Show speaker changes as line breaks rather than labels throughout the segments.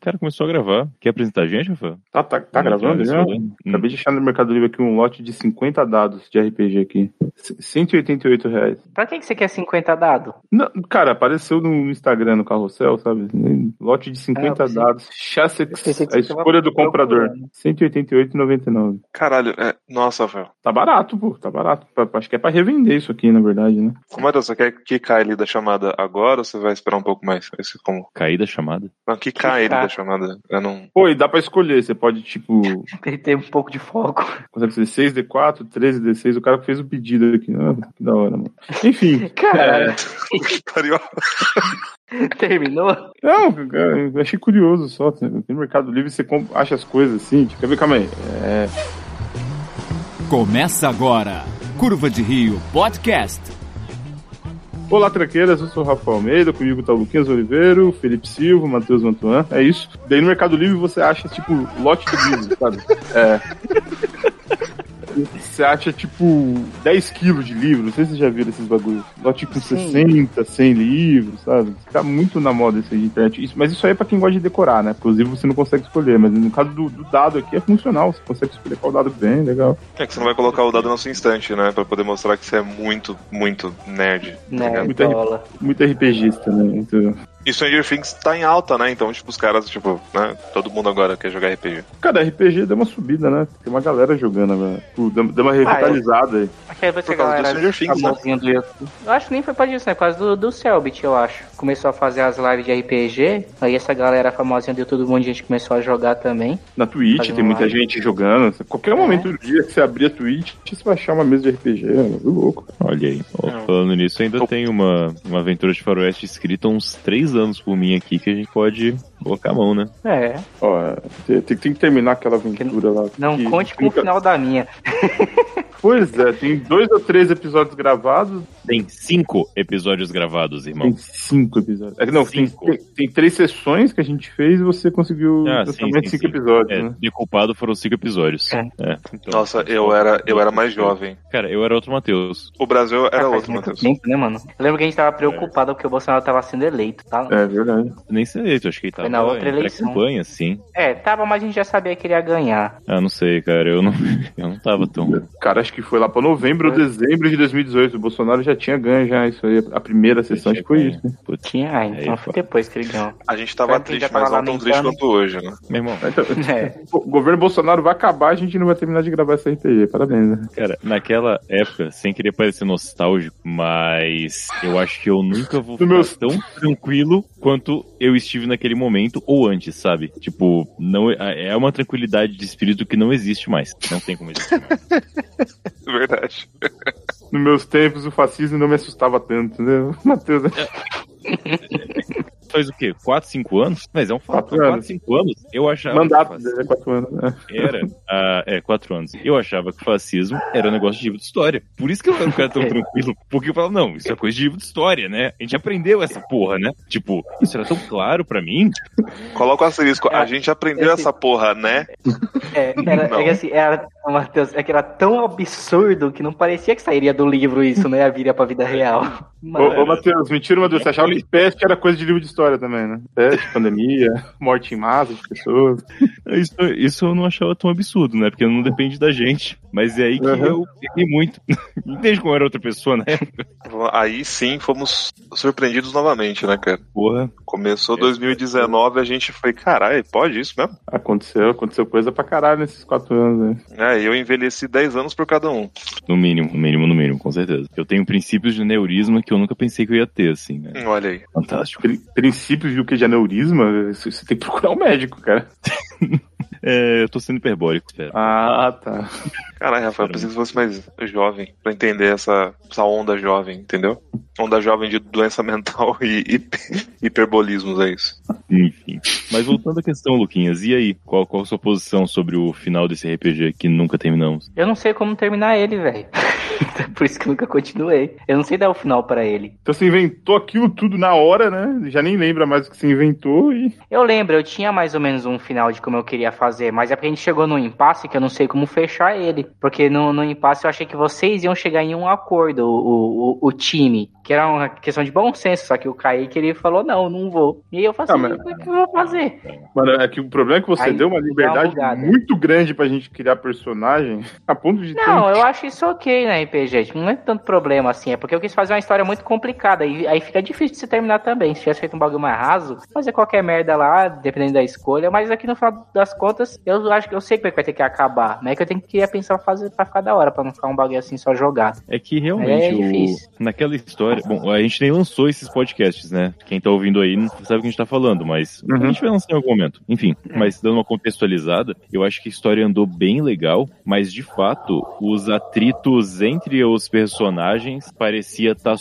Cara, começou a gravar. Quer apresentar a gente, Rafa?
Tá, tá, tá
Não, tá
gravando já?
falando. Hum.
Acabei de deixar no Mercado Livre aqui um lote de 50 dados de RPG aqui. C 188 reais.
Pra que, que você quer 50 dado?
Não, cara, apareceu no Instagram, no carrossel, sabe? Lote de 50
Ah, eu pensei-
dados. Chassex,
pensei que
a
você
escolha do
tava
comprador.
procurando.
188,99.
Caralho, é... nossa, velho.
Tá barato, pô. Tá barato. Pra- acho que é pra revender isso aqui, na verdade, né?
Comandante, é você quer quicar ele da chamada agora ou você vai esperar um pouco mais? Esse como?
Caí da chamada.
Não, quicar ele
Quicar.
da chamada. Eu não.
Pô, e dá pra escolher. Você pode, tipo,
Perder um pouco de foco.
consegue ser 6D4, 13D6. O cara que fez o pedido aqui. Ah, que da hora, mano. Enfim.
Cara,
Pariu.
É.
terminou?
Não, cara, eu achei curioso só. sabe? Tem Mercado Livre, você compra- acha as coisas assim. Tipo, quer ver? Calma aí.
Começa agora, Curva de Rio Podcast.
Olá, tranqueiras, eu sou o Rafael Almeida, comigo tá o Luquinhas Oliveiro, o Felipe Silva, o Matheus Mantuan, é isso. Daí no Mercado Livre você acha, tipo, lote de livro, sabe? É. Você acha, tipo, 10 quilos de livro, não sei se vocês já viram esses bagulhos. Lote com
Sim.
60, 100 livros, sabe? Tá muito na moda isso aí de internet. Isso, mas isso aí é pra quem gosta de decorar, né? Porque os livros você não consegue escolher, mas no caso do, do dado aqui é funcional, você consegue escolher qual dado que vem, legal.
É que você não vai colocar o dado no seu instante, né? Pra poder mostrar que você é muito, muito nerd.
Né, Nerdola.
Muito RPGista, né? Muito...
E Stranger Things tá em alta, né? Então, tipo, os caras, tipo, né? Todo mundo agora quer jogar RPG.
Cara, RPG deu uma subida, né? Tem uma galera jogando agora. Tipo, deu deu uma revitalizada aí.
Aqui é vai
Por
ser
causa do
galera
é
Stranger Things, né?
famosinha do YouTube. Eu acho que nem foi pra disso, né? Por causa do, do Selbit, eu acho. Começou a fazer as lives de RPG. Aí essa galera famosinha do YouTube, um monte de gente começou a jogar também.
Na Twitch
Fazendo
tem muita
live.
gente jogando.
É.
Qualquer momento do dia que você abrir a Twitch, você vai achar uma mesa de RPG. É um bagulho louco.
Olha aí. Ó,
Não.
falando nisso, ainda
Tô-
tem uma, uma aventura de faroeste escrita há uns três anos por mim aqui que a gente pode colocar a mão, né?
É.
Ó, é, tem, tem- tem que terminar aquela aventura lá.
Não
que
conte com o
nunca-
final da minha.
Pois é, tem dois ou três episódios gravados.
Tem cinco episódios gravados, irmão.
Tem cinco episódios. É que não, tem,
Cinco.
tem- tem três sessões que a gente fez e você conseguiu
Ah, sim,
justamente
sim,
cinco
sim.
episódios,
É,
né?
de culpado foram cinco episódios.
É.
É, então,
Nossa, eu era, eu era mais jovem.
Cara, eu era outro Matheus.
tipo, Uhum. O Brasil era
Cara, faz
outro,
muito
Matheus.
tempo, né, mano? Eu lembro que a gente tava preocupado porque o Bolsonaro tava sendo eleito, tá?
É verdade.
Nem sei eleito, acho que ele tava
na outra
em
eleição.
campanha, sim.
É, tava, mas a gente já sabia que ele ia ganhar.
Ah, não sei, cara. Eu não, eu não tava tão.
Cara, acho que foi lá pra novembro ou dezembro de 2018. O Bolsonaro já tinha ganho já isso aí. A primeira sessão acho que foi isso. né?
É, Putz,
Tinha, ah, então
Aí, pô.
foi depois que ele ganhou.
A gente tava
Tanto que já
triste,
tava
mas não tão triste
lamentando.
quanto hoje, né?
Meu irmão,
Então,
É.
o governo Bolsonaro vai acabar, a gente não vai terminar de gravar essa RPG. Parabéns, né?
Cara, naquela época, sem querer parecer nostálgico, mas eu acho que eu nunca vou
Do
ficar
meu-
tão tranquilo quanto eu estive naquele momento ou antes, sabe? Tipo, não é é uma tranquilidade de espírito que não existe mais. Não tem como existir mais.
Verdade.
Nos meus tempos, o fascismo não me assustava tanto, né? Matheus, né?
Faz o quê? 4, 5 anos? Mas é um fato.
Quatro
4,
anos.
5 anos eu achava
mandato
que
dele é quatro anos. né?
fascismo era. ah, é, 4 anos. Eu achava que fascismo era um negócio de livro de história. Por isso que eu não era tão tranquilo. Porque eu falava, não, isso é coisa de livro de história, né? A gente aprendeu essa porra, né? Tipo, isso era tão claro pra mim.
Coloca o asterisco.
É,
A gente aprendeu
esse-
essa porra, né?
É, era,
Não.
é que assim, era, Matheus, é que era tão absurdo que não parecia que sairia do livro isso, né? A viria pra vida real.
Ô,
Mas, é.
ô Matheus, me tira uma dúvida. Você achava que peste era coisa de livro de história também, né? Peste, pandemia, morte em massa de pessoas.
Isso, isso eu não achava tão absurdo, né? Porque não depende da gente. Mas é aí que
Uhum.
eu peguei muito. Desde como eu era outra pessoa, né?
Aí sim fomos surpreendidos novamente, né, cara?
Porra.
Começou
É.
2019, a gente foi, caralho, pode isso mesmo?
Aconteceu, aconteceu coisa pra caralho nesses quatro anos, né?
É, e eu envelheci 10 anos por cada um.
No mínimo, no mínimo, no mínimo, com certeza. Eu tenho princípios de neurisma que eu nunca pensei que eu ia ter, assim, né?
Hum, Olha aí.
Fantástico.
Pri- Princípios de o que de aneurisma, isso- você tem que procurar um médico, cara.
É, eu tô sendo hiperbólico, espera.
Ah, tá.
Caralho, Rafael, eu pensei que fosse mais jovem, pra entender essa, essa onda jovem, entendeu? Onda jovem de doença mental e hip- hiperbolismos, é isso.
Ah, Enfim. Mas voltando à questão, Luquinhas, e aí? Qual, qual a sua posição sobre o final desse RPG que nunca terminamos?
eu não sei como terminar ele, velho. Por isso que eu nunca continuei. Eu não sei dar o final pra ele.
Então você inventou aquilo tudo na hora, né? Já nem lembra mais o que você inventou e.
Eu lembro, eu tinha mais ou menos um final de como eu queria fazer, mas é porque a gente chegou num impasse que eu não sei como fechar ele. Porque no, no impasse eu achei que vocês iam chegar em um acordo, o, o, o time. Que era uma questão de bom senso, só que o Kaique ele falou, não, não vou. E aí eu falei
Ah,
assim, o que eu vou fazer?
Mano, é que o problema é que você
Aí
deu uma
dá uma
liberdade
bugada.
muito grande pra gente criar personagem a ponto de ter um
Não, eu acho isso ok na RPG, tipo, não é tanto problema assim, é porque eu quis fazer uma história muito complicada, e aí fica difícil de se terminar também. Se tivesse feito um bagulho mais raso, fazer qualquer merda lá, dependendo da escolha, mas aqui no final das contas, eu acho que eu sei que vai ter que acabar, mas é que eu tenho que pensar pra fazer pra ficar da hora, pra não ficar um bagulho assim só jogado.
É que realmente,
É difícil.
o- naquela história. Bom, a gente nem lançou esses podcasts, né? Quem tá ouvindo aí não sabe o que a gente tá falando, mas a gente vai lançar em algum momento. Enfim, mas dando uma contextualizada, eu acho que a história andou bem legal, mas de fato, os atritos entre os personagens parecia estar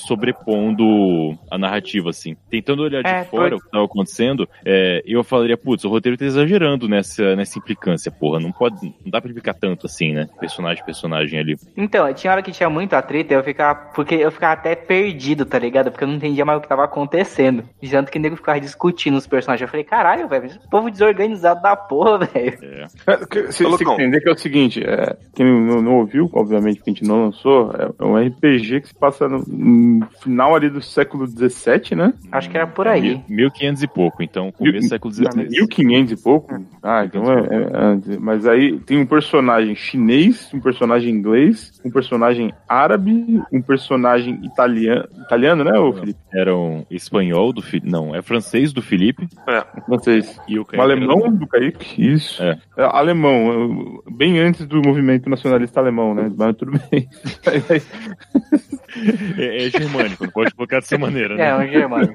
sobrepondo a narrativa, assim. Tentando olhar de
É,
fora o que tava acontecendo, é, eu falaria, putz, o roteiro tá exagerando nessa, nessa implicância, porra. Não pode, não dá pra implicar tanto assim, né? Personagem, personagem ali.
Então, tinha hora que tinha muito atrito, eu ficava. Porque eu ficava até perdido, tá ligado? Porque eu não entendia mais o que tava acontecendo. De tanto que o nego ficava discutindo os personagens. Eu falei, caralho, velho, esse povo desorganizado da porra, velho.
É.
É, que- Você
Ô,
tem que
Lucão.
entender que é o seguinte, é, quem não, não ouviu, obviamente, porque a gente não lançou, é, é um RPG que se passa no, no final ali do século XVII, né?
Acho que era por aí.
Mil- 1500 e pouco, então começo do século XVI.
1500 e pouco. Ah, então é, é antes. Mas aí tem um personagem chinês, um personagem inglês, um personagem árabe, um personagem italiano, italiano, né, ô Felipe?
Era um espanhol do Felipe, não, é francês do Felipe
Um Francês.
e o Kaique
Um alemão do Kaique, isso.
É.
É, alemão, eu- bem antes do movimento nacionalista alemão, né? Mas tudo bem.
era- É, é germânico, não pode colocar dessa maneira,
É,
né?
um germano.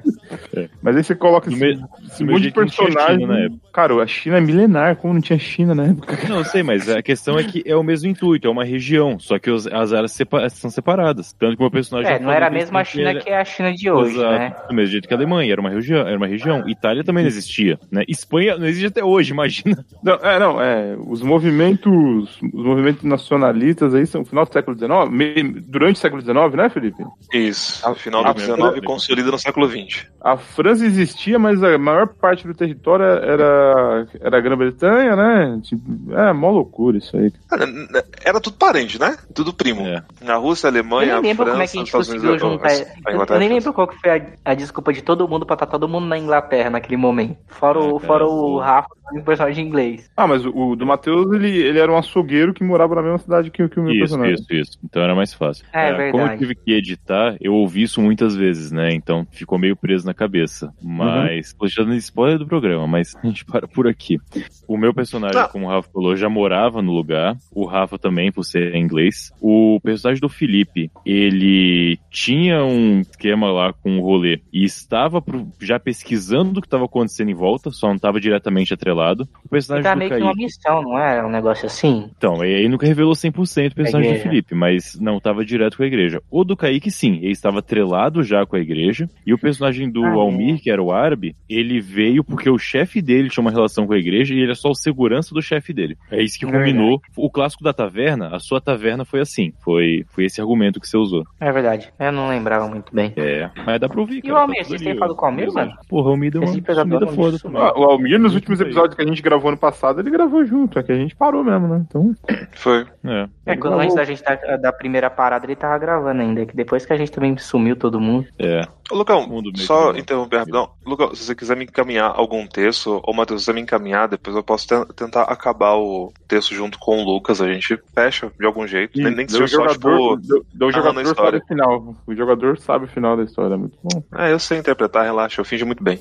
Mas aí você coloca
Do
esse,
me-
esse
do
Um monte de
jeito que não tinha
personagem.
China né, na
Cara, a China é milenar, como não tinha China né? na época?
Não, eu sei, mas a questão é que é o mesmo intuito, é uma região, só que os- as áreas sepa- são separadas. Tanto que o meu personagem.
É,
já
não era a
falou
mesma
isso,
China
era-
que é a China de hoje,
né? Exato,
né?
Do mesmo jeito que a Alemanha, era uma região. Era uma região. Itália também não existia, né? Espanha não existe até hoje, imagina.
Não, é, não, é. Os movimentos. Os movimentos nacionalistas aí são final do século XIX, me- durante o século XIX, né, Felipe?
Isso.
Ah,
Final
ah,
do 19
verdade.
consolida no século 20.
A França existia, mas a maior parte do território era, era a Grã-Bretanha, né? Tipo, é, mó loucura isso aí.
Cara, n- n- Era tudo parente, né? Tudo primo.
É.
Na Rússia,
Eu
Alemanha,
nem lembro
França,
como é que a gente
Estados Unidos,
conseguiu juntar.
a- a
Eu,
Inglaterra.
eu nem lembro qual que foi a, a desculpa de todo mundo pra estar todo mundo na Inglaterra naquele momento. Fora
É,
o,
cara,
fora
o-
o Rafa, o personagem inglês.
Ah, mas o, o do Matheus, ele, ele era um açougueiro que morava na mesma cidade que, o- que o meu
Isso,
personagem.
isso, isso. Então era mais fácil.
É,
Como eu
verdade.
tive que editar, eu ouvi isso muitas vezes, né? Então ficou meio preso na cabeça. Mas,
Uhum.
tô já dando spoiler do programa, mas a gente para por aqui. O meu personagem,
Não.
como o Rafa falou, já morava no lugar. O Rafa também, por ser inglês. O personagem do Felipe, ele tinha um esquema lá com o rolê e estava pro- já pesquisando o que estava acontecendo em volta, só não estava diretamente atrelado. O personagem
Tá
do
meio que
Kaique-
uma missão, não é? Um negócio assim.
então, e aí nunca revelou 100% o personagem do
igreja.
Felipe, mas não estava direto com a igreja. O do Kaique, sim, ele estava trelado já com a igreja. E o personagem do
Ah, é.
Almir, que era o árabe, ele veio porque o chefe dele tinha uma relação com a igreja e ele é só o segurança do chefe dele. É isso que
Verdade.
combinou. O clássico da taverna, a sua taverna foi assim. Foi, foi esse argumento que você usou.
É verdade. Eu não lembrava muito bem.
É, mas dá pra ouvir, cara.
o Almir?
tá tudo
Vocês
ali,
têm falado
ó.
com o Almir, mano?
Porra, o Almir deu uma
Esse pesadelo
sumida
é um
foda.
lixo,
também.
Ah, O Almir, nos últimos
Isso aí.
episódios que a gente gravou ano passado, ele gravou junto. É que a gente parou mesmo, né? Então.
Foi.
É.
É,
Ele
quando, antes
gravou.
da gente da, da primeira parada, ele tava gravando ainda. Que depois que a gente também sumiu todo mundo.
É.
Ô, Lucão,
Mundo meio
só
que-
interromper rapidão. Lucão, se você quiser me encaminhar algum texto, ou Matheus, se você me encaminhar, depois eu posso ten- tentar acabar o texto junto com o Lucas. A gente fecha de algum jeito. Nem, nem que
Daí
seja só, tipo.
daí- daí o
narrando a
jogador sabe
história.
o final. O jogador sabe o final da história. é Muito bom.
Ah, eu sei interpretar, relaxa, eu finjo muito bem.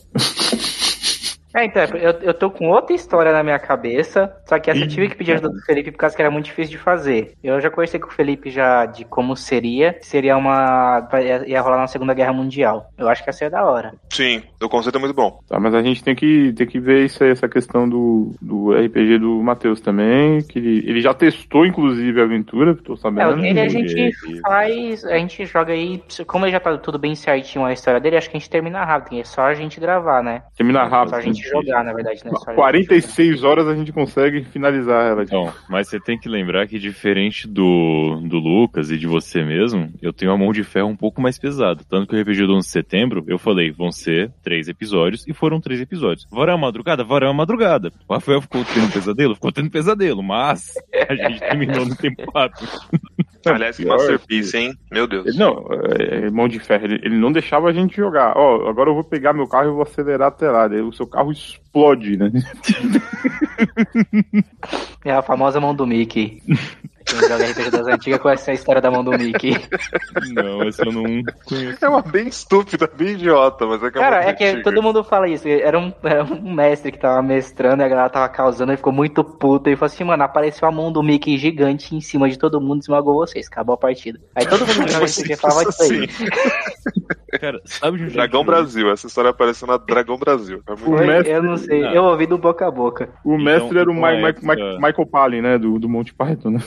É, então, eu, eu tô com outra história na minha cabeça, só que essa eu tive que pedir ajuda do Felipe por causa que era muito difícil de fazer. Eu já conversei com o Felipe já de como seria, seria uma... ia ia rolar na Segunda Guerra Mundial. Eu acho que ia ser da hora.
Sim, o conceito é muito bom.
Tá, mas a gente tem que, tem que ver isso aí, essa questão do, do RPG do Matheus também, que ele, ele já testou, inclusive, a aventura, tô
É,
sabendo.
ele a gente
entendi.
faz, a gente joga aí, como ele já tá tudo bem certinho a história dele, acho que a gente termina rápido, é só a gente gravar, né?
Termina Ah, rápido. assim,
Só a gente
difícil.
jogar, na verdade, né? Só jogar.
46 horas a gente consegue finalizar ela. tipo.
Então, mas você tem que lembrar que diferente do, do Lucas e de você mesmo, eu tenho a mão de ferro um pouco mais pesada. Tanto que o RPG do 11 de setembro, eu falei, vão ser três episódios, e foram três episódios. Varão a madrugada? Varão a madrugada. O Rafael ficou tendo pesadelo? Ficou tendo pesadelo, mas a gente terminou no tempo rápido.
Aliás, que
pior.
masterpiece, hein? Meu Deus.
Ele não, é, é, mão de ferro, ele, ele não deixava a gente jogar. Ó, agora eu vou pegar meu carro e vou acelerar até lá. Daí o seu carro explode, né?
É a famosa mão do Mickey. Quem joga RPG das antigas conhece a história da mão do Mickey.
Não, esse eu não conheço.
É uma bem estúpida, bem idiota, mas é que
Cara,
é uma
é que
antiga.
todo mundo fala isso. Era um, era um mestre que tava mestrando e a galera tava causando e ficou muito puto. E falou assim, mano, apareceu a mão do Mickey gigante em cima de todo mundo e esmagou vocês. Acabou a partida. Aí todo mundo que joga RPG falava isso aí.
Cara, sabe de um jeito
Dragão
que-
Brasil, essa história apareceu na Dragão Brasil. É muito-
O mestre-
Eu não sei,
Ah.
eu ouvi do boca a boca.
O mestre era o
então
Ma-
é
Ma-
essa-
Ma- Michael Palin, né? Do, do Monty Python, né?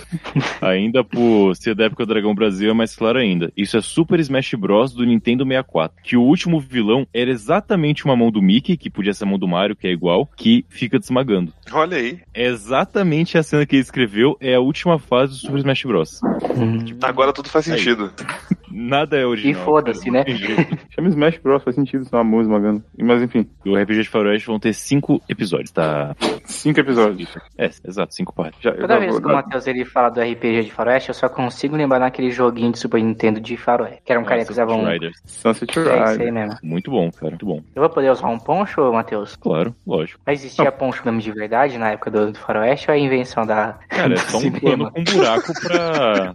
Ainda por ser da época do Dragão Brasil é mais claro ainda. Isso é Super Smash Bros. do Nintendo 64. Que o último vilão era exatamente uma mão do Mickey, que podia ser a mão do Mario, que é igual, que fica te esmagando.
Olha aí.
É Exatamente a cena que ele escreveu é a última fase do Super Smash Bros. Hum.
Agora tudo faz
Aí.
sentido.
Nada é
E
original.
foda-se, né?
Chama Smash Bros, faz sentido ser uma mão esmagando. Mas enfim,
E o RPG de Faroeste vão ter cinco episódios, tá?
cinco episódios.
É, exato, cinco partes.
Já,
Toda
já
vez
vou-
que o Matheus ele fala do RPG de faroeste, eu só consigo lembrar naquele joguinho de Super Nintendo de faroeste. Que era um carinha que usava um... É
Riders.
Sunset
isso aí
Ride.
mesmo.
Muito bom, cara, muito bom.
Eu vou poder usar um poncho, Matheus?
Claro, lógico.
Mas existia poncho mesmo de verdade na época do, do faroeste ou é invenção da...
Cara, é só um pano
Cinema.
com buraco pra.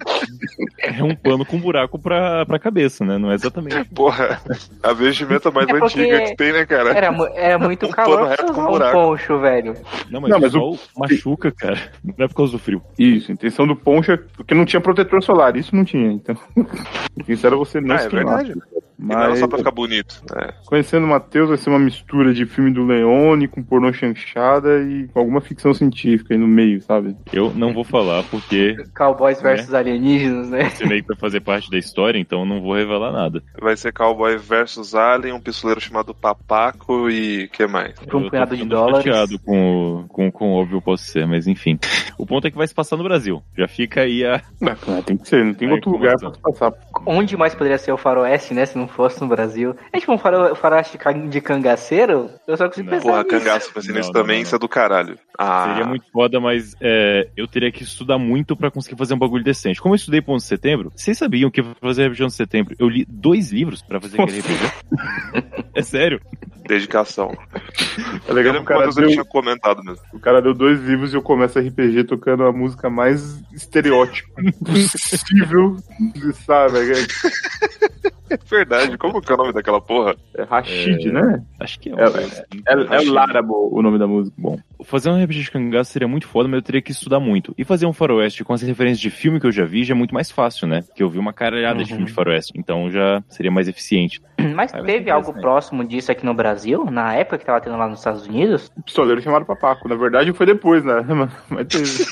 É um pano com buraco pra, pra cabeça, né? Não é exatamente.
Porra, a vestimenta mais
É porque- é
antiga que tem, né, cara?
Era, mu- era muito
Um pano
calor
reto
pra
com
usar um
buraco.
poncho, velho.
Não, mas,
Não, mas
o sol machuca, cara. Não é por causa do frio.
Isso, a intenção do poncho é porque não tinha protetor solar, isso não tinha, então. Isso era você não
Ah, é
se queimar.
verdade. E não era
Mas
só pra ficar bonito. né?
conhecendo o Matheus vai ser uma mistura de filme do Leone com pornô chanchada e com alguma ficção científica aí no meio, sabe?
Eu não vou falar porque
Cowboys
Né?
versus alienígenas, né?
você meio que vai fazer parte da história, então eu não vou revelar nada.
Vai ser Cowboy versus Alien, um pistoleiro chamado Papaco e. que mais?
Com um
Eu tô
punhado de
ficando
dólares.
chateado com o com, com o óbvio eu posso ser, mas enfim. O ponto é que vai se passar no Brasil. Já fica aí a.
Ah, claro, tem que ser, não tem
Aí,
outro
como
lugar
você-
pra passar.
Onde mais poderia ser o faroeste, né? Se não fosse no Brasil. É tipo um faro- faroeste de can- de cangaceiro? Eu só consigo
Não.
pensar
Porra,
nisso.
cangaço, pensei
Não,
nisso
não,
também,
não,
isso é do caralho. Ah,
Seria muito foda, mas é, eu teria que estudar muito pra conseguir fazer um bagulho decente. Como eu estudei pro 11 de setembro, vocês sabiam que pra fazer RPG no setembro, eu li dois livros pra fazer aquele RPG? é sério.
dedicação.
É
um
legal que
Eu lembro
o
que uma
cara,
vez eu
deu,
tinha comentado mesmo.
o cara deu dois livros e eu começo RPG tocando a música mais estereótipo possível, sabe? É,
É verdade, como que é o nome daquela porra?
é Rashid, né?
Acho que é. um
É,
deles.
É, é Larabo o nome da música. Bom,
fazer um RPG de cangaço seria muito foda, mas eu teria que estudar muito. E fazer um faroeste com as referências de filme que eu já vi já é muito mais fácil, né? Porque eu vi uma caralhada de
Uhum.
filme de faroeste, então já seria mais eficiente.
Mas
Aí vai ser
teve algo
interessante.
próximo disso aqui no Brasil? Na época que tava tendo lá nos Estados Unidos?
o pistoleiro chamaram Papaco. Na verdade foi depois, né? Mas teve.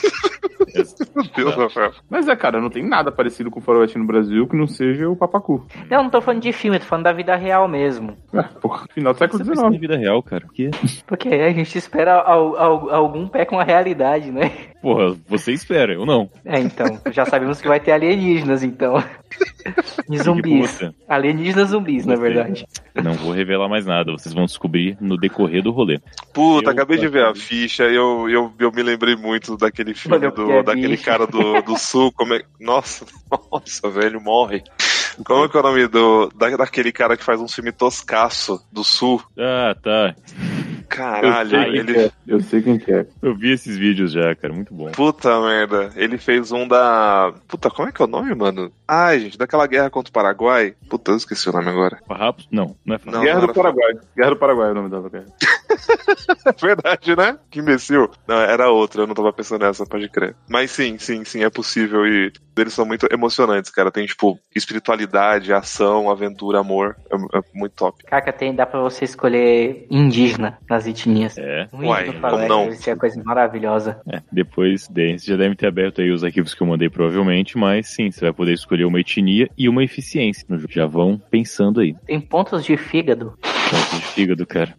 Meu Deus, Rafael.
Mas é, cara, não tem nada parecido com o faroeste no Brasil que não seja o papacu.
Não, não tô falando de filme, tô falando da vida real mesmo.
É, porra, final do século
Você pensa na
XIX.
vida real, cara. Porque,
Porque aí a gente espera al- al- algum pé com a realidade, né?
porra, você espera, eu não.
É, então. Já sabemos que vai ter alienígenas, então. E zumbis.
Fique puta.
Alienígenas zumbis, na
Você.
verdade.
Não vou revelar mais nada, vocês vão descobrir no decorrer do rolê.
Puta,
Eu-
acabei de ver a ficha e eu, eu, eu me lembrei muito daquele filme
Olha,
do,
Kevin.
daquele cara do, do sul. Como é... Nossa, nossa, velho, morre. Como é que é o nome do, da, daquele cara que faz um filme toscaço do sul?
Ah, tá.
Caralho,
eu, sei quem
ele.
que é, eu sei quem que é.
Eu vi esses vídeos já, cara, muito bom.
Puta merda, ele fez um da. Puta, como é que é o nome, mano? Ai, gente, daquela guerra contra o Paraguai. Puta, eu esqueci o nome agora.
Farrapos? Não, não é farrapos.
Não,
Guerra
não
do
era-
Paraguai. Guerra do Paraguai é o nome da guerra.
É verdade, né? Que imbecil. Não, era outra, eu não tava pensando nessa, pode crer. Mas sim, sim, sim, é possível e eles são muito emocionantes, cara. Tem, tipo, espiritualidade, ação, aventura, amor. É, é muito top.
Caca, tem, dá pra você escolher indígena nas etnias.
É,
Um
Uai,
índio no
como
faroeste
não?
deve ser a coisa maravilhosa.
é. Depois, daí, você já deve ter aberto aí os arquivos que eu mandei, provavelmente, mas sim, você vai poder escolher uma etnia e uma eficiência no jogo. Já vão pensando aí.
Tem pontos de fígado.
câncer de fígado, cara.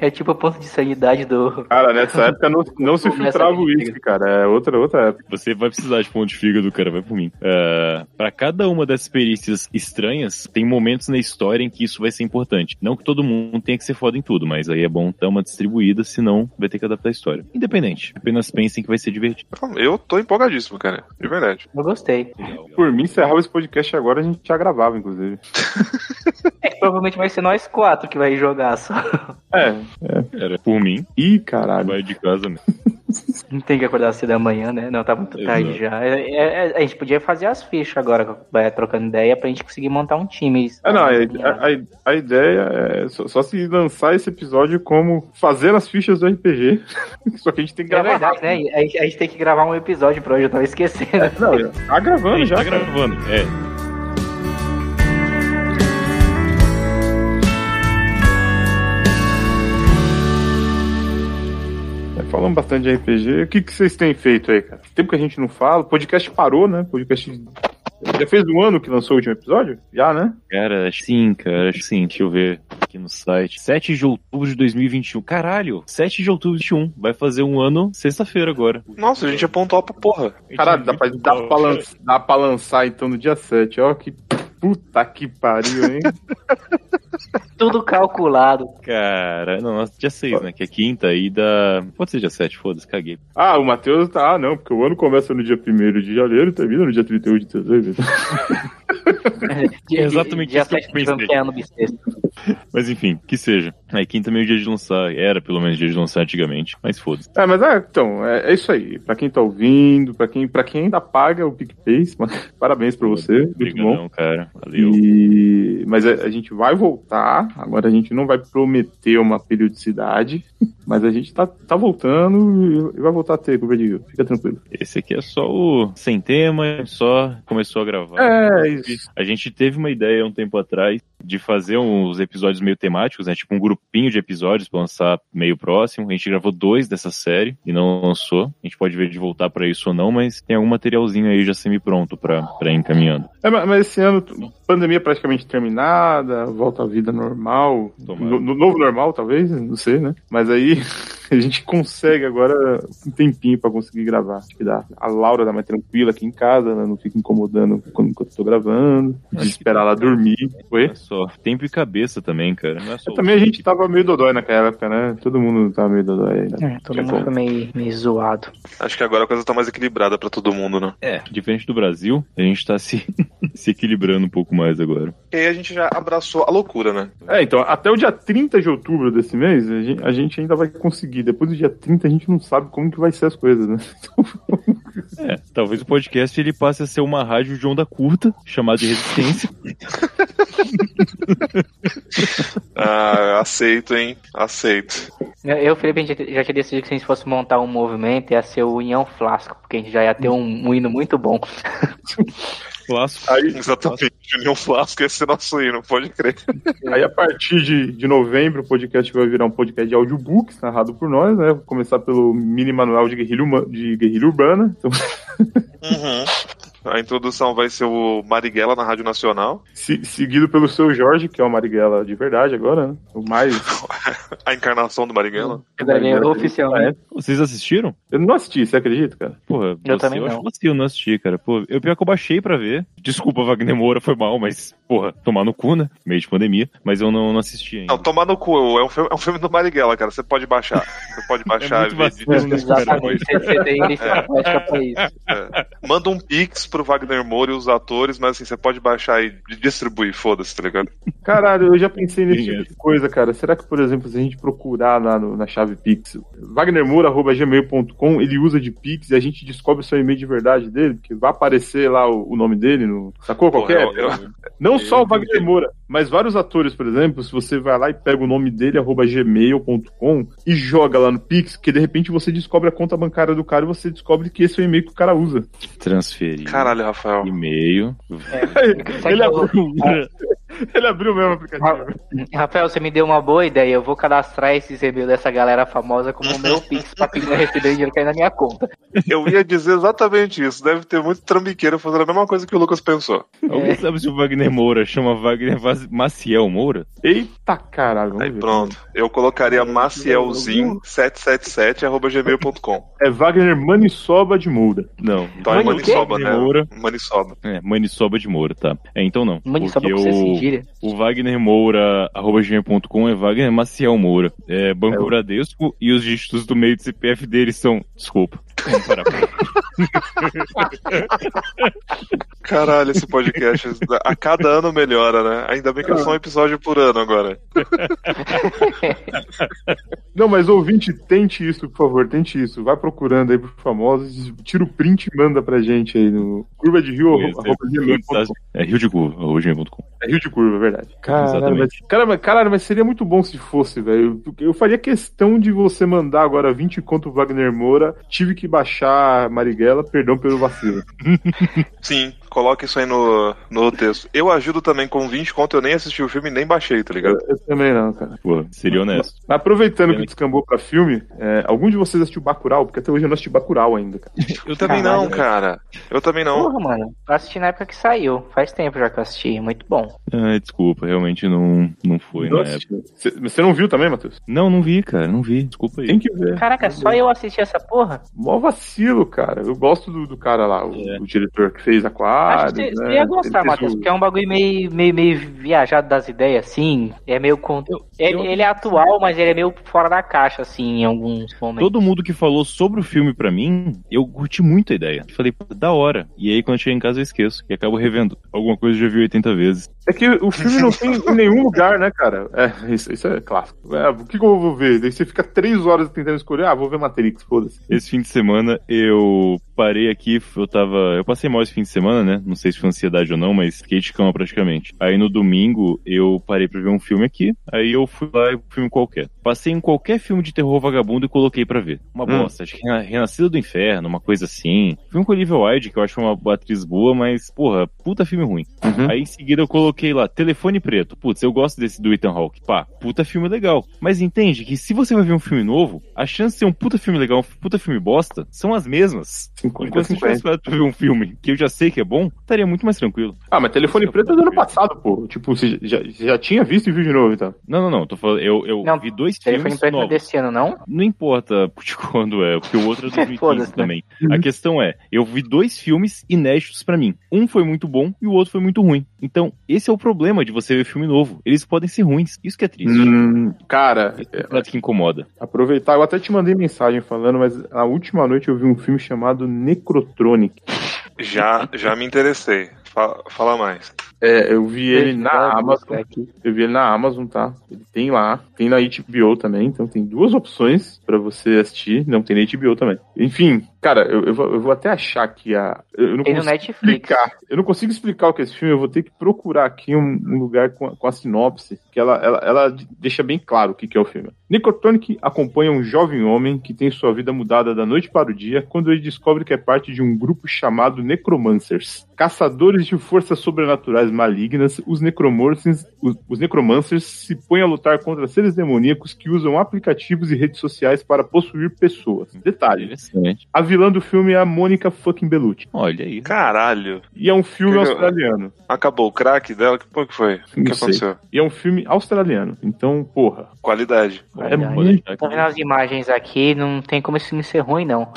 É tipo o ponto de sanidade do.
Cara, nessa época não, não se
Nessa
filtrava o
época.
uísque, cara. É outra, outra época.
Você vai precisar de ponto de fígado, cara, vai por mim. Ah, Pra cada uma das experiências estranhas, tem momentos na história em que isso vai ser importante. Não que todo mundo tenha que ser foda em tudo, mas aí é bom dar uma distribuída, senão vai ter que adaptar a história. Independente. Apenas pensem que vai ser divertido.
Eu tô empolgadíssimo, cara. De verdade.
Eu gostei.
Por mim, encerrava esse podcast agora, a gente já gravava, inclusive.
É que provavelmente vai ser nós quatro que vai jogar só.
É.
Cara, por mim,
Ih, caralho.
vai de casa mesmo.
Não tem que acordar cedo amanhã, né? Não, tá muito tarde
Exato.
já. É- é- é- a gente podia fazer as fichas agora, vai trocando ideia, pra gente conseguir montar um time.
Ah, não, a, a- a ideia é só, só se lançar esse episódio como fazer as fichas do RPG. só que a gente tem que
É
gravar.
verdade, né? A gente, a gente tem que gravar um episódio pra hoje, eu tava esquecendo.
Não, tá gravando já,
tá
cara.
gravando. É,
É, Falamos bastante de RPG. O que, que vocês têm feito aí, cara? Tempo que a gente não fala. O podcast parou, né? O podcast. Já fez um ano que lançou o último episódio? Já, né?
Cara, acho que sim, cara, acho que sim. Deixa eu ver aqui no site. 7 de outubro de 2021. Caralho, 7 de outubro de 21. Vai fazer um ano sexta-feira agora. é
Nossa, a gente é pontual pra porra.
Caralho, dá pra, dá, pra lançar, dá pra lançar então no dia 7. Ó, que puta que pariu, hein?
Tudo calculado.
Cara, não, nossa, dia 6, né? Que é quinta e dá. Pode ser dia 7, foda-se, caguei.
ah, o Matheus tá. Ah, não, porque o ano começa no dia 1 de janeiro e termina no dia 31 de dezembro.
Dia-
É exatamente
dia
isso que eu
sete de
pensei.
campeão no bissexto.
Mas enfim, que seja. Aí quinta é meio dia de lançar. Era pelo menos dia de lançar antigamente, mas foda-se.
É, mas é, então, é, é isso aí. Pra quem tá ouvindo, pra quem, pra quem ainda paga o PicPay, parabéns pra você. Muito bom.
Obrigadão, cara. Valeu.
E- Mas a, a gente vai voltar. Agora a gente não vai prometer uma periodicidade. Mas a gente tá, tá voltando e- e vai voltar a ter curva de rio. Fica tranquilo.
Esse aqui é só o sem tema, a gente só começou a gravar.
É isso.
A gente teve uma ideia um tempo atrás de fazer uns episódios meio temáticos, né? Tipo um grupinho de episódios pra lançar meio próximo. A gente gravou dois dessa série e não lançou. A gente pode ver de voltar pra isso ou não, mas tem algum materialzinho aí já semi-pronto pra, pra ir encaminhando.
É, ma- mas esse ano, t- pandemia praticamente terminada, volta à vida normal.
Tomara.
No, no novo normal, talvez, não sei, né? Mas aí a gente consegue agora um tempinho pra conseguir gravar. Acho que dá. A Laura tá mais tranquila aqui em casa, ela não fica incomodando quando, enquanto eu tô gravando. De
Acho
esperar
que-
ela dormir. Oi?
Não é só tempo e cabeça também, cara. Não é só
É, também a gente tava meio dodói naquela época, né? Todo mundo tava meio dodói. né?
É, todo mundo foi meio, meio zoado.
Acho que agora a coisa tá mais equilibrada pra todo mundo, né?
É, diferente do Brasil, a gente tá se, se equilibrando um pouco mais agora.
E aí a gente já abraçou a loucura, né?
É, então, até o dia 30 de outubro desse mês, a gente, a gente ainda vai conseguir. Depois do dia 30, a gente não sabe como que vai ser as coisas, né?
É, talvez o podcast ele passe a ser uma rádio de onda curta, chamada de Resistência.
Ah, aceito, hein? Aceito.
Eu, eu, Felipe, a gente já tinha decidido que se a gente fosse montar um movimento, ia ser o União Flasco, porque a gente já ia ter um, um hino muito bom.
Clássico.
Exatamente. União Flasco ia ser nosso hino, pode crer.
Aí, a partir de, de novembro, o podcast vai virar um podcast de audiobooks, narrado por nós, né? Vou começar pelo mini manual de guerrilha, uma- de guerrilha urbana. Então,
A introdução vai ser o Marighella na Rádio Nacional.
se- seguido pelo seu Jorge, que é o Marighella de verdade agora, né? O mais...
A encarnação do Marighella.
Marighella.
Oficialmente.
Vocês assistiram?
Eu não assisti, você acredita, cara?
Porra,
Eu
você,
também
eu
não.
acho que você eu não assisti, cara. Pô, eu pior que eu baixei pra ver. Desculpa, Wagner Moura, foi mal, mas, porra, tomar no cu, né? Meio de pandemia, mas eu não, não assisti ainda.
Não, tomar no cu. É um filme, é um filme do Marighella, cara. Você pode baixar. Você pode baixar.
É muito
ver-
vacilo, né?
Exatamente, você- você tem lista poética pra isso.
Manda um pix pro Wagner Moura e os atores, mas assim, você pode baixar e distribuir, foda-se, tá ligado?
Caralho, eu já pensei nesse
Obrigado.
tipo de coisa, cara. Será que, por exemplo, se a gente procurar lá no- na chave Pix, wagnermoura.gmail.com, ele usa de Pix e a gente descobre o seu e-mail de verdade dele, porque vai aparecer lá o, o nome dele, no, sacou?
Porra,
Qualquer?
eu- eu-
Não só o
entendi.
Wagner Moura, mas vários atores, por exemplo, se você vai lá e pega o nome dele, arroba gmail.com, e joga lá no Pix, que de repente você descobre a conta bancária do cara e você descobre que esse é o e-mail que o cara usa.
né?
Transferir.
Caralho, Rafael.
E-mail.
É.
Sabe
Ele
que eu-
Procura.
Ele abriu mesmo o aplicativo.
Rafael, você me deu uma boa ideia. Eu vou cadastrar esses e-mails dessa galera famosa como meu Pix pra pingar receber o dinheiro cair na minha conta.
Eu ia dizer exatamente isso. Deve ter muito trambiqueiro fazendo a mesma coisa que o Lucas pensou.
Alguém sabe se o Wagner Moura chama Wagner Vaz- Maciel Moura?
Eita caralho, vamos
Aí
ver.
pronto. Eu colocaria macielzinho777.gmail.com.
É Wagner Manisoba de Moura.
Não.
Então é
Mani o quê?
Maniçoba, né?
Moura.
Maniçoba.
É, Maniçoba de Moura, tá. É, então não.
Mande só pra
porque
você
o,
sentir.
o Wagner Moura, arroba gmail.com, é Wagner Maciel Moura. É Banco
É o-
Bradesco e os dígitos do meio de CPF dele são... Desculpa. Vamos parar.
Caralho, esse podcast. A cada ano melhora, né? Ainda bem que é só um episódio por ano agora.
Não, mas ouvinte, tente isso, por favor, tente isso. Vai procurando aí pros famosos, tira o print e manda pra gente aí no curva de rio, arroba gmail.com.
é Rio de Curva, arroba gmail.com.
É Rio de Curva, é verdade. Caralho,
Exatamente.
mas, cara, mas- caralho, mas seria muito bom se fosse, velho. Eu, eu faria questão de você mandar agora 20 conto Wagner Moura. Tive que baixar Marighella, perdão pelo vacilo.
Sim, coloca isso aí no, no texto. Eu ajudo também com 20 conto, eu nem assisti o filme e nem baixei, tá ligado?
Eu também não, cara.
Pô, seria honesto.
Mas aproveitando que descambou pra filme, é, algum de vocês assistiu Bacurau? Porque até hoje eu não assisti Bacurau ainda, cara.
Eu também
Caralho,
não, cara. Eu também não.
Porra, mano. Eu assisti na época que saiu. Faz tempo já que eu assisti. Muito bom.
Ah, desculpa, realmente não, não foi
Não
na época.
assisti. Você você não viu também, Matheus?
Não, não vi, cara, não vi. Desculpa aí.
Tem que ver.
Caraca, só eu assisti essa porra?
Mó vacilo, cara. Eu gosto do, do cara lá, o, o diretor que fez Aquário.
Acho que você
né?
ia gostar,
Ele fez
Matheus,
o-
porque é um bagulho meio, meio, meio viajado das ideias, assim. É meio. con- Ele, ele é atual, mas ele é meio fora da caixa, assim, em alguns momentos.
Todo mundo que falou sobre o filme pra mim, eu curti muito a ideia. Falei, pô, da hora. E aí, quando chego em casa, eu esqueço. E acabo revendo. Alguma coisa eu já vi 80 vezes.
É que o filme não tem em nenhum lugar, né, cara? É, isso, isso é clássico. É, o que, que eu vou ver? Daí você fica três horas tentando escolher. Ah, vou ver Matrix, foda-se.
Esse fim de semana, eu parei aqui, eu tava... Eu passei mal esse fim de semana, né? Não sei se foi ansiedade ou não, mas fiquei de cama praticamente. Aí, no domingo, eu parei pra ver um filme aqui. Aí, eu fui lá e um filme qualquer. Passei em qualquer filme de terror vagabundo e coloquei pra ver. Uma
Hum.
bosta. Acho que Rena- Renascida do Inferno, uma coisa assim. Filme com Olivia Wilde, que eu acho uma atriz boa, mas, porra, puta filme ruim.
Uhum.
Aí em seguida eu coloquei lá, telefone preto. Putz, eu gosto desse do Ethan Hawke. Pá, puta filme legal. Mas entende que se você vai ver um filme novo, a chance de ser um puta filme legal, um puta filme bosta, são as mesmas.
50,
Enquanto se eu tivesse
50.
esperado pra ver um filme que eu já sei que é bom, estaria muito mais tranquilo.
Ah, mas telefone preto é do ano passado, pô. Tipo, você já, já tinha visto e viu de novo, então.
Não, não, não. Tô falando, eu, eu
Não,
vi dois
Telefone
filmes
preto não é
novos.
desse ano, não?
Não importa de quando é, porque o outro é 2015
Foda-se, né?
também. A questão é, eu vi dois filmes inéditos pra mim. Um foi muito bom e o outro foi muito ruim. Então, esse é o problema de você ver filme novo. Eles podem ser ruins. Isso que é triste.
Hum, cara,
Isso é um prato que incomoda.
aproveitar. Eu até te mandei mensagem falando, mas na última noite eu vi um filme chamado Necrotronic.
Já, já me interessei. Fa- Fala mais.
É, eu vi ele na
Deixa eu
Amazon.
mostrar aqui.
Eu vi ele na Amazon, tá? Ele tem lá, tem na HBO também, então tem duas opções pra você assistir. Não tem na HBO também. Enfim, cara, eu, eu vou, eu vou até achar que a. Eu não
Tem no
consigo
Netflix.
explicar. Eu não consigo explicar o que é esse filme. Eu vou ter que procurar aqui um, um lugar com a, com a sinopse, que ela, ela, ela d- deixa bem claro o que, que é o filme. Nicotonic acompanha um jovem homem que tem sua vida mudada da noite para o dia quando ele descobre que é parte de um grupo chamado Necromancers. Caçadores de forças sobrenaturais malignas, os Necromancers, os, os Necromancers se põem a lutar contra seres demoníacos que usam aplicativos e redes sociais para possuir pessoas. Detalhe,
Interessante.
a vilã do filme é a Mônica fucking Bellucci.
Olha aí.
Caralho.
E é um filme
Que legal.
australiano.
Acabou o craque dela? Que porra que foi? O
Não
que
sei.
aconteceu?
E é um filme australiano. Então, porra.
Qualidade.
É
Verdade.
muito...
Tô vendo as imagens aqui, não tem como esse filme ser ruim, não.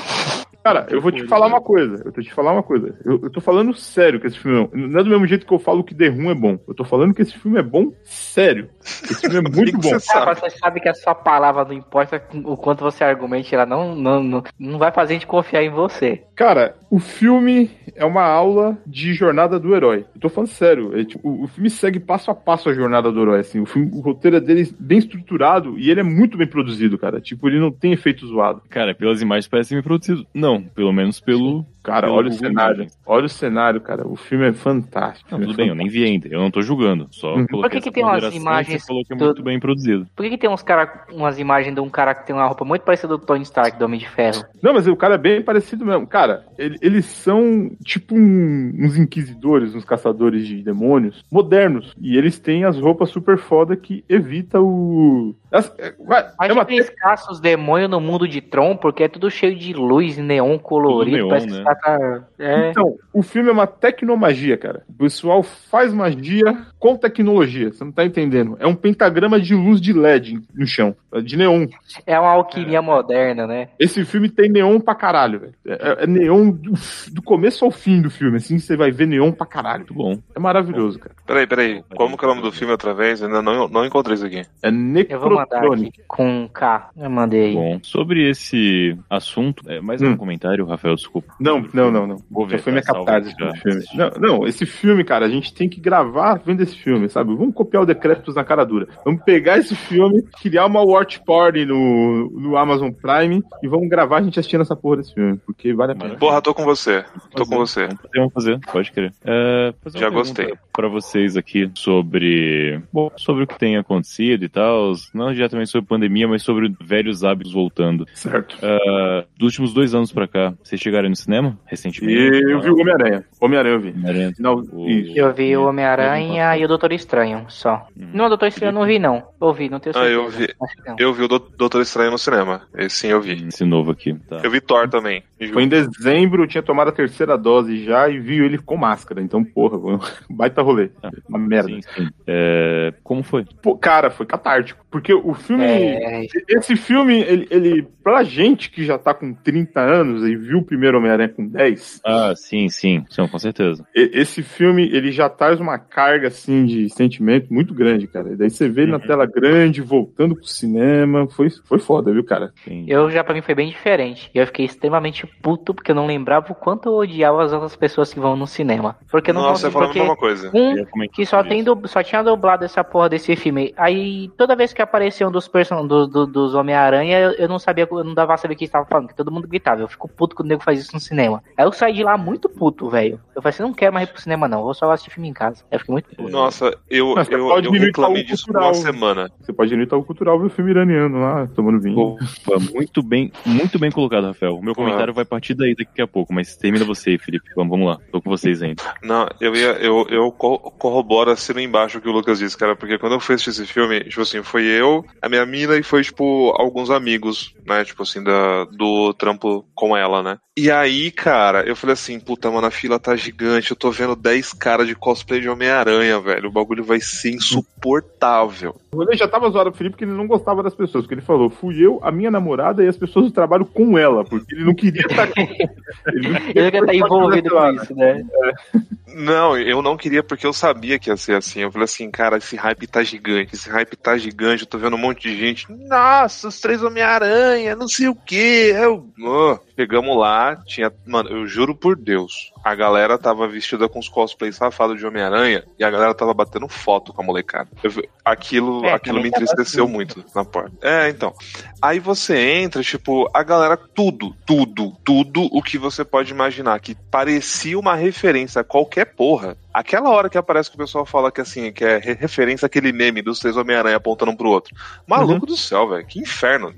Cara, eu vou te falar uma coisa. Eu tô te falar uma coisa. Eu, eu tô falando sério que esse filme não. Não é do mesmo jeito que eu falo que The Room é bom. Eu tô falando que esse filme é bom sério. Esse filme é
Que
muito
que
bom.
você
Ah,
sabe?
mas você sabe que a sua palavra não importa o quanto você argumente, ela não, não, não, não vai fazer a gente confiar em você.
Cara, o filme é uma aula de jornada do herói. Eu tô falando sério. é tipo, o- o filme segue passo a passo a jornada do herói, assim. O, filme, o roteiro dele é bem estruturado e ele é muito bem produzido, cara. Tipo, ele não tem efeito zoado.
Cara, pelas imagens parece bem produzido. Não, pelo menos pelo
Cara,
Pelo
olha o
Google
cenário.
Imagens.
Olha o cenário, cara. O filme é fantástico.
Não, tudo bem, eu nem vi ainda. Eu não tô julgando. Só
Uhum.
coloquei
Por que que
essa
tem umas
ponderação e
imagens
Você falou que é
do-
muito bem produzido.
Por que, que tem uns cara, umas imagens de um cara que tem uma roupa muito parecida do Tony Stark, do Homem de Ferro?
Não, mas o cara é bem parecido mesmo. Cara, ele- eles são tipo um- uns inquisidores, uns caçadores de demônios modernos. E eles têm as roupas super foda que evita o. As- é, vai,
Mas
é uma
que é escasso os demônios no mundo de Tron, porque é tudo cheio de luz, neon colorido,
neon,
parece que
né?
os cara- é.
Então, o filme é uma tecnomagia, cara. O pessoal faz magia com tecnologia. Você não tá entendendo. É um pentagrama de luz de LED no chão, de neon.
é uma alquimia moderna, né?
Esse filme tem neon pra caralho, velho. É, é neon do, do começo ao fim do filme, assim, você vai ver neon pra caralho.
Muito bom.
É maravilhoso, cara.
Peraí, peraí. Como que é o nome do filme outra vez? Eu Ainda não, não encontrei isso aqui.
É
Eu vou mandar
necrotronic.
aqui com um K. Eu mandei.
Bom, sobre esse assunto, é, mais um
Hum.
comentário, Rafael, desculpa.
Não, não, não, não.
Vou ver,
Já foi minha
tá, salvo
captada
aqui já.
esse filme. Não, não, esse filme, cara, a gente tem que gravar vendo esse filme, sabe? Vamos copiar o Decréptos na cara dura. Vamos pegar esse filme, criar uma watch party no, no Amazon Prime e vamos gravar a gente assistindo essa porra desse filme, porque vale a pena.
Maravilha.
Porra, tô com você. Tô com você.
Vamos fazer, vamos fazer, pode crer. É, fazer uma
Já
pergunta
gostei.
Pra vocês aqui sobre. Bom, sobre o que tem acontecido e tal. Não diretamente sobre pandemia, mas sobre velhos hábitos voltando.
Certo.
Ah, dos últimos dois anos pra cá, vocês chegaram no cinema recentemente? Ah,
E eu vi o Homem-Aranha. Homem-Aranha eu vi.
Homem-Aranha.
Não,
O-
isso.
Eu vi o Homem-Aranha e o Doutor Estranho, só.
né? Hum.
Não, o Doutor Estranho eu não vi, não. Ouvi, não tenho
Ah,
certeza.
eu vi.
Acho que não.
Eu vi o Dou- Doutor Estranho no cinema. Esse sim eu vi.
Esse novo aqui. Tá.
Eu vi Thor também. em
Foi em dezembro, eu tinha tomado a terceira dose já e vi ele com máscara. Então, porra, mano, baita rolê. Uma merda.
Sim, sim. É, como foi?
Pô, cara, foi catártico. Porque o filme.
É,
Esse filme, ele, ele, pra gente que já tá com 30 anos e viu o primeiro Homem-Aranha com 10,
Ah, sim, sim. Sim, com certeza.
e- esse filme, ele já traz uma carga, assim, de sentimento muito grande, cara. E daí você vê ele na tela grande, voltando pro cinema, foi, foi foda, viu, cara?
Entendi.
eu já pra mim foi bem diferente. Eu fiquei extremamente puto porque eu não lembrava o quanto eu odiava as outras pessoas que vão no cinema. Porque eu não
Nossa, você falou a
porque
mesma coisa.
um
ia comentar
que só,
sobre
tem
isso.
dub- só tinha dublado essa porra desse filme. Aí, toda vez que aparecia um dos, person do- do- dos Homem-Aranha, eu, eu não sabia, eu não dava a saber o que estava falando, que todo mundo gritava. Eu fico puto quando o nego faz isso no cinema. Aí eu saí de lá muito puto, velho. Eu falei assim, não quero mais ir pro cinema, não. Vou só assistir filme em casa. Aí Eu fiquei muito puto.
Nossa, eu,
Mas você
eu,
pode
eu
me
reclamei
imitar o
disso por uma
cultural.
semana.
Você pode ir no Itaú Cultural ver o filme iraniano lá, tomando vinho.
Opa, muito bem, muito bem colocado, Rafael. O meu
Pô.
comentário vai partir daí daqui a pouco, mas termina você aí, Felipe. Vamos, vamos lá, tô com vocês ainda.
Não, eu ia, eu, eu co- corroboro assino embaixo o que o Lucas disse, cara, porque quando eu fui assistir esse filme, tipo assim, foi eu, a minha mina e foi, tipo, alguns amigos, né, tipo assim, da, do trampo com ela, né. E aí, cara, eu falei assim, puta, mano, a fila tá gigante, eu tô vendo 10 caras de cosplay de Homem-Aranha, velho, o bagulho vai ser insuportável.
O rolê já tava zoado o Felipe porque ele não gostava das pessoas, porque ele falou, fui eu, a minha namorada e as pessoas do trabalho com ela, porque ele não queria estar com ele. não
Eu queria estar
participar
envolvido
daquela-
com isso, né?
Não, eu não queria porque eu sabia que ia ser assim. Eu falei assim, cara, esse hype tá gigante, esse hype tá gigante, eu tô vendo um monte de gente. Nossa, os três Homem-Aranha, não sei o quê. Eu, Ah, Chegamos lá, tinha. Mano, eu juro por Deus, a galera tava vestida com os cosplays safados de Homem-Aranha e a galera tava batendo foto com a molecada. Eu vi- aquilo
É,
aquilo me
também tava
entristeceu muito na porta. É, então. Aí você entra, tipo, a galera, tudo, tudo, tudo o que você pode imaginar, que parecia uma referência a qualquer porra. Aquela hora que aparece que o pessoal fala que assim, que é re- referência àquele meme dos três Homem-Aranha apontando um pro outro.
Uhum.
Maluco do céu, velho, que inferno.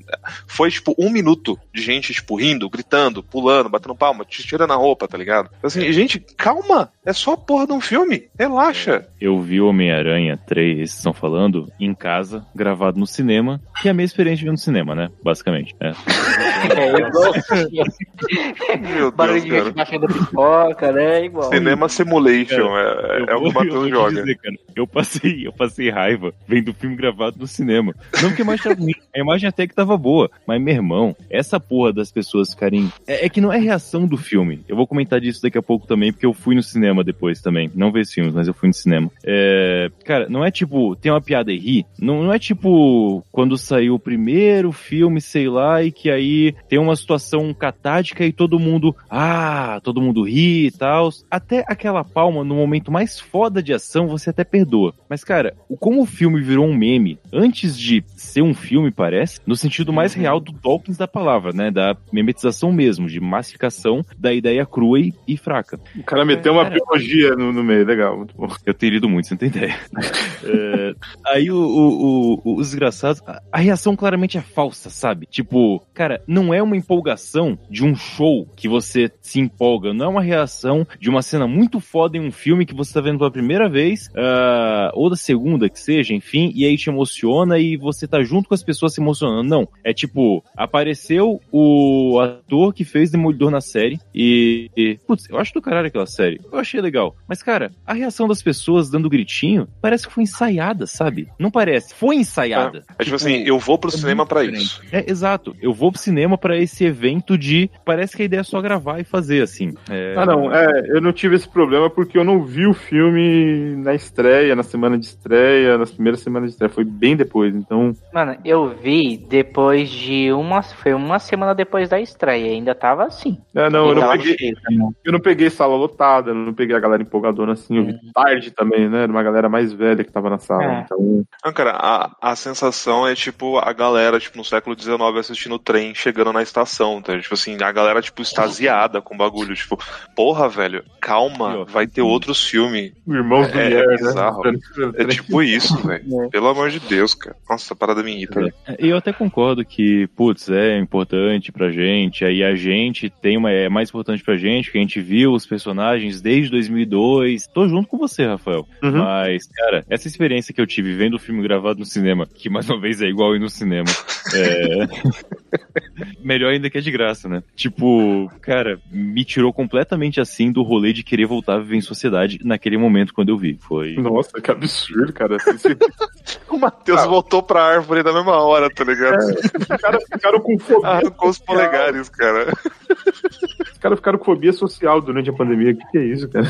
Foi, tipo, um minuto de gente, tipo, rindo, gritando, pulando, batendo palma, te tirando a roupa, tá ligado?
É.
Assim, gente, calma, é só a porra de um filme, relaxa.
Eu vi Homem-Aranha 3, esses estão falando, em casa, gravado no cinema, que é a minha experiência de ver no cinema, né? Basicamente. É.
É igual assistir
Meu
barulho
Deus,
de
cara.
gente baixando pipoca, né? Igual.
Cinema Simulation, é, é o que
eu
o
vou
Matheus
te
joga.
dizer, cara, eu passei, eu passei raiva vendo o filme gravado no cinema. Não que a imagem tava ruim, a imagem até que tava boa. Mas, meu irmão, essa porra das pessoas ficarem. É, é que não é reação do filme. Eu vou comentar disso daqui a pouco também, porque eu fui no cinema cinema depois também. Não vi os filmes, mas eu fui no cinema. É, cara, não é tipo, tem uma piada e ri. Não, não é tipo quando saiu o primeiro filme, sei lá, e que aí tem uma situação catártica e todo mundo, ah, todo mundo ri e tal. Até aquela palma, no momento mais foda de ação, você até perdoa. Mas, cara, o- como o filme virou um meme, antes de ser um filme, parece, no sentido mais real do Dawkins da palavra, né? Da memetização mesmo, de massificação da ideia crua e, e fraca.
O cara meteu uma
Cara.
biologia no, no meio, legal, muito bom.
Eu teria ido muito, você não tem ideia. É, aí o, o- o- os desgraçados, a, a reação claramente é falsa, sabe? Tipo, cara, não é uma empolgação de um show que você se empolga, não é uma reação de uma cena muito foda em um filme que você tá vendo pela primeira vez, ah, ou da segunda que seja, enfim, e aí te emociona e você tá junto com as pessoas se emocionando. Não, é tipo, apareceu o ator que fez Demolidor na série e, e putz, eu acho do caralho aquela série. Eu achei legal. Mas, cara, a reação das pessoas dando gritinho parece que foi ensaiada, sabe? Não parece. Foi ensaiada.
É tipo assim, eu vou pro
é
cinema
muito
pra
diferente.
isso.
É, exato. Eu vou pro cinema pra esse evento de. Parece que a ideia é só gravar e fazer, assim. É,
Ah, não, é, eu não tive esse problema porque eu não vi o filme na estreia, na semana de estreia, nas primeiras semanas de estreia, foi bem depois, então...
Mano, eu vi depois de uma. Foi uma semana depois da estreia. e Ainda tava assim.
É, não, eu não,
Tava
peguei,
cheio tá também.
eu não peguei sala lotada, eu não peguei a galera empolgadona assim, eu vi tarde também, né, era uma galera mais velha que tava na sala,
Hum. É.
então...
Não, cara, a, a sensação é tipo a galera, tipo, no século XIX assistindo o trem chegando na estação, tá? Tipo assim, a galera, tipo, extasiada com o bagulho. Tipo, porra, velho, calma, vai ter outros filmes.
O irmão do
É,
Nier,
é
né?
bizarro. É tipo isso, velho. Pelo amor de Deus, cara. Nossa, a parada me irrita. velho.
É, Eu até concordo que, putz, é importante pra gente, aí a gente tem uma, é mais importante pra gente, que a gente viu os personagens desde 2002. Tô junto com você, Rafael.
Uhum.
Mas, cara, essa experiência que eu tive vendo o filme gravado no cinema, que mais uma vez é igual ir no cinema, é... melhor ainda que é de graça, né? Tipo, cara, me tirou completamente assim do rolê de querer voltar a viver em sociedade naquele momento quando eu vi. Foi...
Nossa, que absurdo, cara. Esse-
O
É.
Matheus voltou pra árvore na mesma hora, tá ligado?
Os caras ficaram Ah, com fobia.
Arrancou os polegares, cara.
Os caras ficaram com fobia social durante a pandemia. O que, que é isso, cara?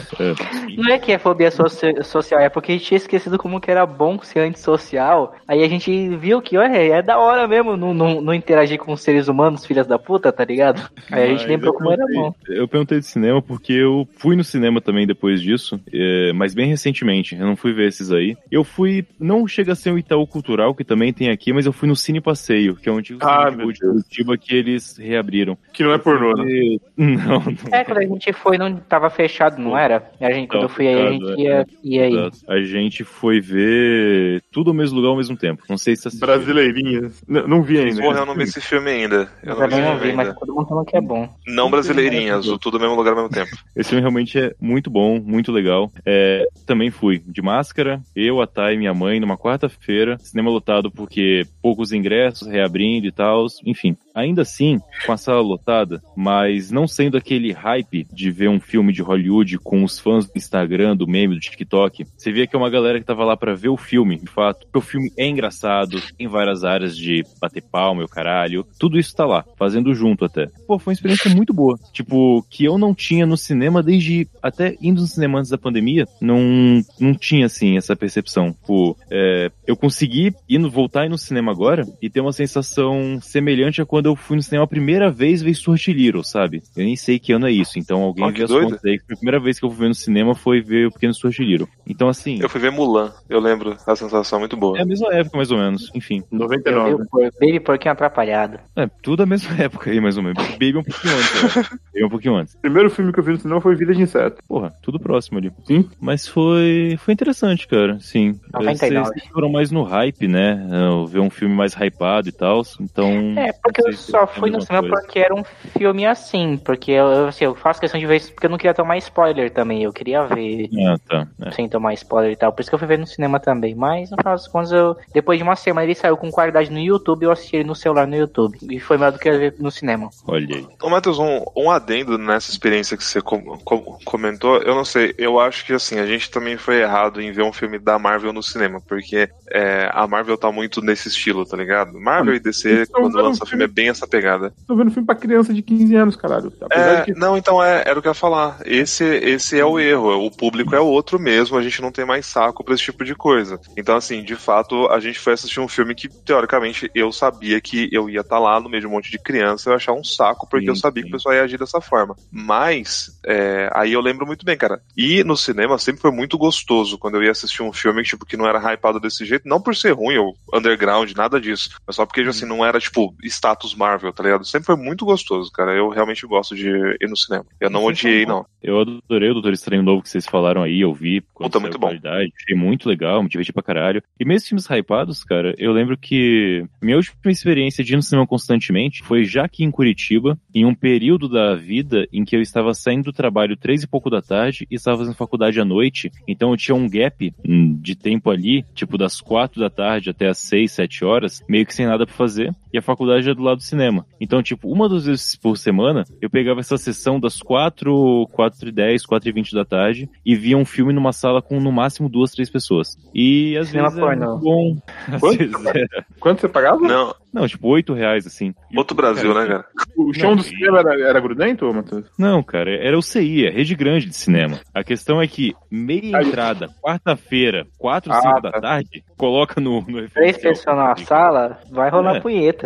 Não é que é fobia soci- social, é porque a gente tinha esquecido como que era bom ser antissocial. Aí a gente viu que, olha, é da hora mesmo não, não, não interagir com os seres humanos, filhas da puta, tá ligado? Aí a gente
Mas
lembrou
eu
como era
perguntei-
bom.
Eu perguntei de cinema porque eu fui no cinema também depois disso, é, mas bem recentemente, eu não fui ver esses aí. Eu fui, não chega a ser o Itaú Cultural, que também tem aqui, mas eu fui no Cine Passeio, que é um antigo
Ah,
cinema
meu
de Curitiba que eles reabriram.
Que não é pornô, né?
E- Não, não.
É, quando a gente foi, não tava fechado, não era? A gente, quando eu
Tava
fui aí, a
fechado,
gente ia, ia aí.
Exato. A gente foi ver tudo ao mesmo lugar ao mesmo tempo. Não sei se tá
Brasileirinhas. N- não vi ainda. né?
Porra, eu não vi esse filme ainda. Eu
né? Eu
não vi
também
esse
não
filme
vi, mas
ainda.
todo mundo falando que é bom.
Não brasileirinhas, o tudo no mesmo lugar ao mesmo tempo.
Esse filme realmente é muito bom, muito legal. É, também fui de máscara, eu, a Thay e minha mãe, numa quarta-feira, cinema lotado porque poucos ingressos, reabrindo e tal, enfim. Ainda assim, com a sala lotada, mas não sendo aquele hype de ver um filme de Hollywood com os fãs do Instagram, do meme, do TikTok, você via que é uma galera que tava lá pra ver o filme, de fato, porque o filme é engraçado, tem várias áreas de bater palma e o caralho, tudo isso tá lá, fazendo junto até. Pô, foi uma experiência muito boa, tipo, que eu não tinha no cinema desde, até indo no cinema antes da pandemia, não, não tinha, assim, essa percepção. Pô, é, eu consegui ir no, voltar a ir no cinema agora e ter uma sensação semelhante a quando eu fui no cinema a primeira vez ver Stuart Little, sabe? Eu nem sei que ano é isso, então alguém
Ó, que
vê as
doido.
contas aí, que a primeira vez que eu fui ver no cinema foi ver o Pequeno Stuart Little. Então, assim...
Eu fui ver Mulan, eu lembro a sensação muito boa.
É a mesma época, mais ou menos. Enfim,
Eu vi
99.
o por- Baby Porquinho atrapalhado.
é tudo a mesma época aí, mais ou menos. Baby é um pouquinho antes. eu acho. Baby é um pouquinho antes.
O primeiro filme que eu vi no cinema foi Vida de Inseto.
Porra, tudo próximo ali.
Sim.
Mas foi, foi interessante, cara. Sim.
99.
Vocês foram mais no hype, né? Eu Ver um filme mais hypado e tal. Então.
É, porque
não
eu
sei se
só
é a
fui no
mesma
cinema
coisa.
porque era um filme assim. Porque eu, eu, assim, eu faço questão de ver isso porque eu não queria tomar spoiler também. Eu queria ver
Ah, tá. É.
sem tomar spoiler e tal. Por isso que eu fui ver no cinema também. Mas, no final das contas, eu, depois de uma semana ele saiu com qualidade no YouTube, eu assisti ele no celular no YouTube. E foi melhor do que ver no cinema.
Olha aí.
Ô, Matheus, um, um adendo nessa experiência que você com- com- comentou, eu não sei, eu acho que assim, a gente também foi errado em ver um filme da Marvel no cinema, porque é, a Marvel tá muito nesse estilo, tá ligado? Marvel e DC,
Então,
quando
era um
lança filme é
filme
bem essa pegada.
Tô vendo filme pra criança de 15 anos, caralho. Apesar de
É,
que
não, então é, era o que eu ia falar. Esse, esse é o erro. O público é outro mesmo, a gente não tem mais saco pra esse tipo de coisa. Então, assim, de fato, a gente foi assistir um filme que, teoricamente, eu sabia que eu ia estar lá no meio de um monte de criança, eu ia achar um saco, porque
Sim,
eu sabia que
sim.
o pessoal ia agir dessa forma. Mas, é, aí eu lembro muito bem, cara. E no cinema sempre foi muito gostoso quando eu ia assistir um filme tipo, que não era hypado desse jeito, não por ser ruim ou underground, nada disso, mas só porque assim, não era tipo status Marvel, tá ligado? Sempre foi muito gostoso, cara. Eu realmente gosto de ir no cinema. Eu não é
Sim,
odiei,
tá
não.
Eu adorei o Doutor Estranho Novo que vocês falaram aí, eu vi. quando
Puta,
saiu
muito
a
bom.
Qualidade, achei muito legal, me diverti pra caralho. E mesmo filmes hypados, cara, eu lembro que minha última experiência de ir no cinema constantemente foi já aqui em Curitiba, em um período da vida em que eu estava saindo do trabalho três e pouco da tarde e estava fazendo faculdade à noite. Então eu tinha um gap hum, de tempo ali, tipo das quatro da tarde até as seis, sete horas, meio que sem nada pra fazer. E a faculdade é do lado do cinema. Então, tipo, uma das vezes por semana, eu pegava essa sessão das 4, 4 e 10, 4 e 20 da tarde e via um filme numa sala com no máximo duas, três pessoas. E às
Cinema
vezes era
pornô.
muito bom. Às
Quanto?
vezes é. era-
Quanto você pagava?
Não,
Não, tipo, 8 reais, assim.
outro Brasil, né, cara?
O chão
Não,
do
sim.
cinema era, era grudento, Matheus?
Não, cara, era o CI, é rede grande de cinema. A questão é que meia
Aí.
entrada, quarta-feira, 4,
Ah,
5
tá.
da tarde, coloca no, no
Três
referencial.
pessoas na sala, vai
Então,
rolar
É.
punheta.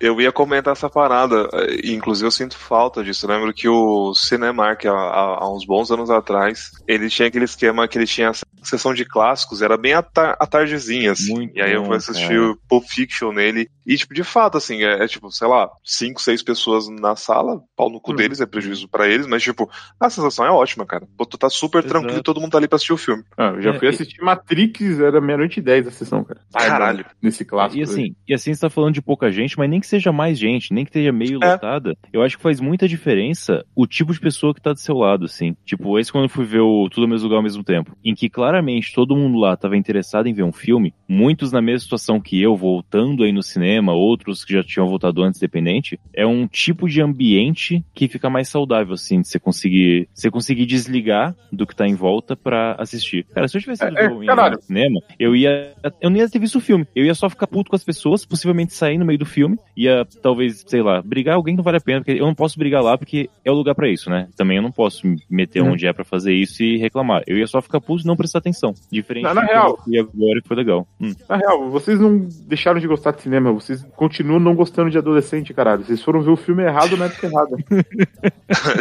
Eu ia comentar essa parada, eh, inclusive eu sinto falta disso. Eu lembro que o Cinemark, há, há- há uns bons anos atrás, ele tinha aquele esquema que ele tinha a sessão de clássicos, era bem à, tar à tardezinha, assim.
Muito
e aí eu
bom,
fui assistir
cara.
o Pulp Fiction nele. E, tipo, de fato, assim, é, é tipo, sei lá, cinco, seis pessoas na sala, pau no cu
Uhum.
deles, é prejuízo pra eles, mas, tipo, a sensação é ótima, cara. Pô, tu tá super
Exato.
tranquilo, todo mundo tá ali pra assistir o filme.
Ah, eu já
É,
fui
e-
assistir Matrix, era meia-noite e 10 a sessão, cara.
Caralho.
Nesse clássico. né?
E assim, e assim você tá falando de pouca gente, mas nem que seja mais gente, nem que esteja meio
É.
lotada, eu acho que faz muita diferença o tipo de pessoa que tá do seu lado, assim. Tipo, esse quando eu fui ver o Tudo no Mesmo Lugar ao mesmo tempo, em que claramente todo mundo lá tava interessado em ver um filme, muitos na mesma situação que eu, voltando aí no cinema, outros que já tinham voltado antes, dependente, é um tipo de ambiente que fica mais saudável, assim, de você conseguir, você conseguir desligar do que tá em volta pra assistir. Cara, se eu tivesse ido
É, é,
no- em-
caralho.
no cinema, eu ia. Eu nem ia ter visto o filme. Eu ia só ficar puto com as pessoas, possivelmente sair no meio do filme. Ia, talvez, sei lá, brigar alguém não vale a pena, porque eu não posso brigar lá, porque é o lugar pra isso, né? Também eu não posso me meter
Uhum.
onde é pra fazer isso e reclamar. Eu ia só ficar puto e não prestar atenção. Diferente
Não, na
do que
real.
eu fui agora e foi legal. Hum.
Na real, vocês não deixaram de gostar de cinema, vocês continuam não gostando de adolescente, caralho. Vocês foram ver o filme errado na época errada.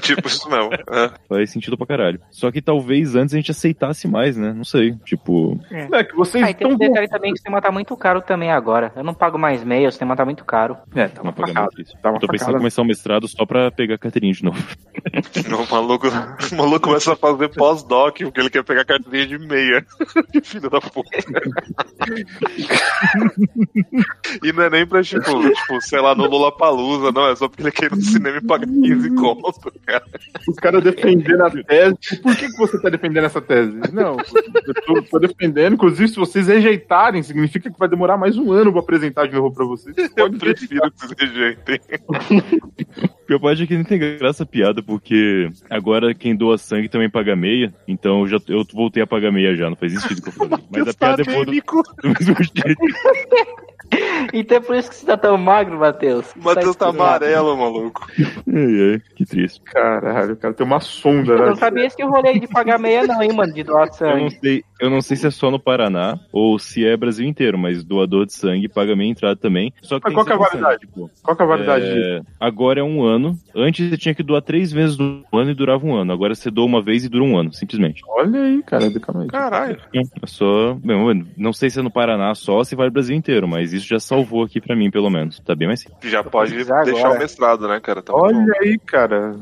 tipo, isso mesmo. É.
Faz sentido pra caralho. Só que talvez antes a gente aceitasse mais, né? Não sei. Tipo.
Não, é que vocês
Ah, e tem
estão.
um detalhe também que o cinema tá muito caro também agora. Eu não pago mais meia, o cinema tá muito caro.
É, tá
Uma
uma
paga
facada.
muito isso.
Tá uma
Eu tô pensando em
facada.
começar o mestrado só pra pegar a carteirinha de novo.
O maluco, o maluco começa a fazer pós-doc porque ele quer pegar carteirinha de meia. Filho da puta. e não é nem pra, tipo, tipo sei lá, no Lula Palusa, não. É só porque ele quer ir no cinema e pagar 15 conto, cara.
O cara defendendo a tese. Por que, que você tá defendendo essa tese? Não, eu tô, tô defendendo. Inclusive, se vocês rejeitarem, significa que vai demorar mais um ano pra apresentar de novo pra vocês.
Eu prefiro que vocês rejeitem.
Pior parte é que nem tem graça a piada, porque agora quem doa sangue também paga meia, então eu, já, eu voltei a pagar meia já, não faz sentido o que eu falei. Mas a piada é boa do, do mesmo jeito.
Então é por isso que você tá tão magro, Matheus.
O Matheus tá
estirado.
amarelo, maluco.
Ai, ai, que triste.
Caralho, o cara tem uma sonda,
Eu
né?
não sabia esse rolê de pagar meia não, hein, mano, de doar
Tá,
Eu não,
sangue.
sei, eu não sei se é só no Paraná ou se é Brasil inteiro, mas doador de sangue paga meia entrada também. Só que tem
Mas qual que é a
ser pensado,
validade?
tipo,
Qual que é a validade disso?
é, agora é um ano. Antes você tinha que doar três vezes do ano e durava um ano. Agora você doa uma vez e dura um ano, simplesmente.
Olha aí, cara, calma aí.
Caralho.
É só. bem, mano, não sei se é no Paraná só, se vai no Brasil inteiro, mas isso já salvou aqui pra mim, pelo menos. Tá bem mais
Já pode
precisar
deixar
agora.
o mestrado, né, cara? Tá muito
Olha aí, cara.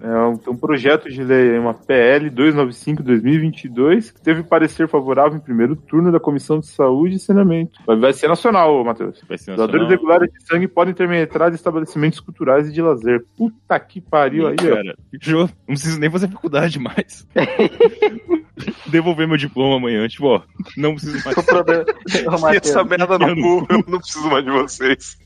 É um, tem um projeto de lei, aí, uma PL 295-2022, que teve parecer favorável em primeiro turno da Comissão de Saúde e Saneamento. Vai, vai ser nacional, ô, Matheus.
Vai ser
Doadores
nacional.
regulares de sangue podem intermetrar de estabelecimentos culturais e de lazer. Puta que pariu aí, ó.
Cara, fechou. Não preciso nem fazer faculdade mais. Devolver meu diploma amanhã. Tipo, ó, não preciso mais.
Ô,
bom. E
Matheus,
essa merda no cu, eu não preciso mais de vocês.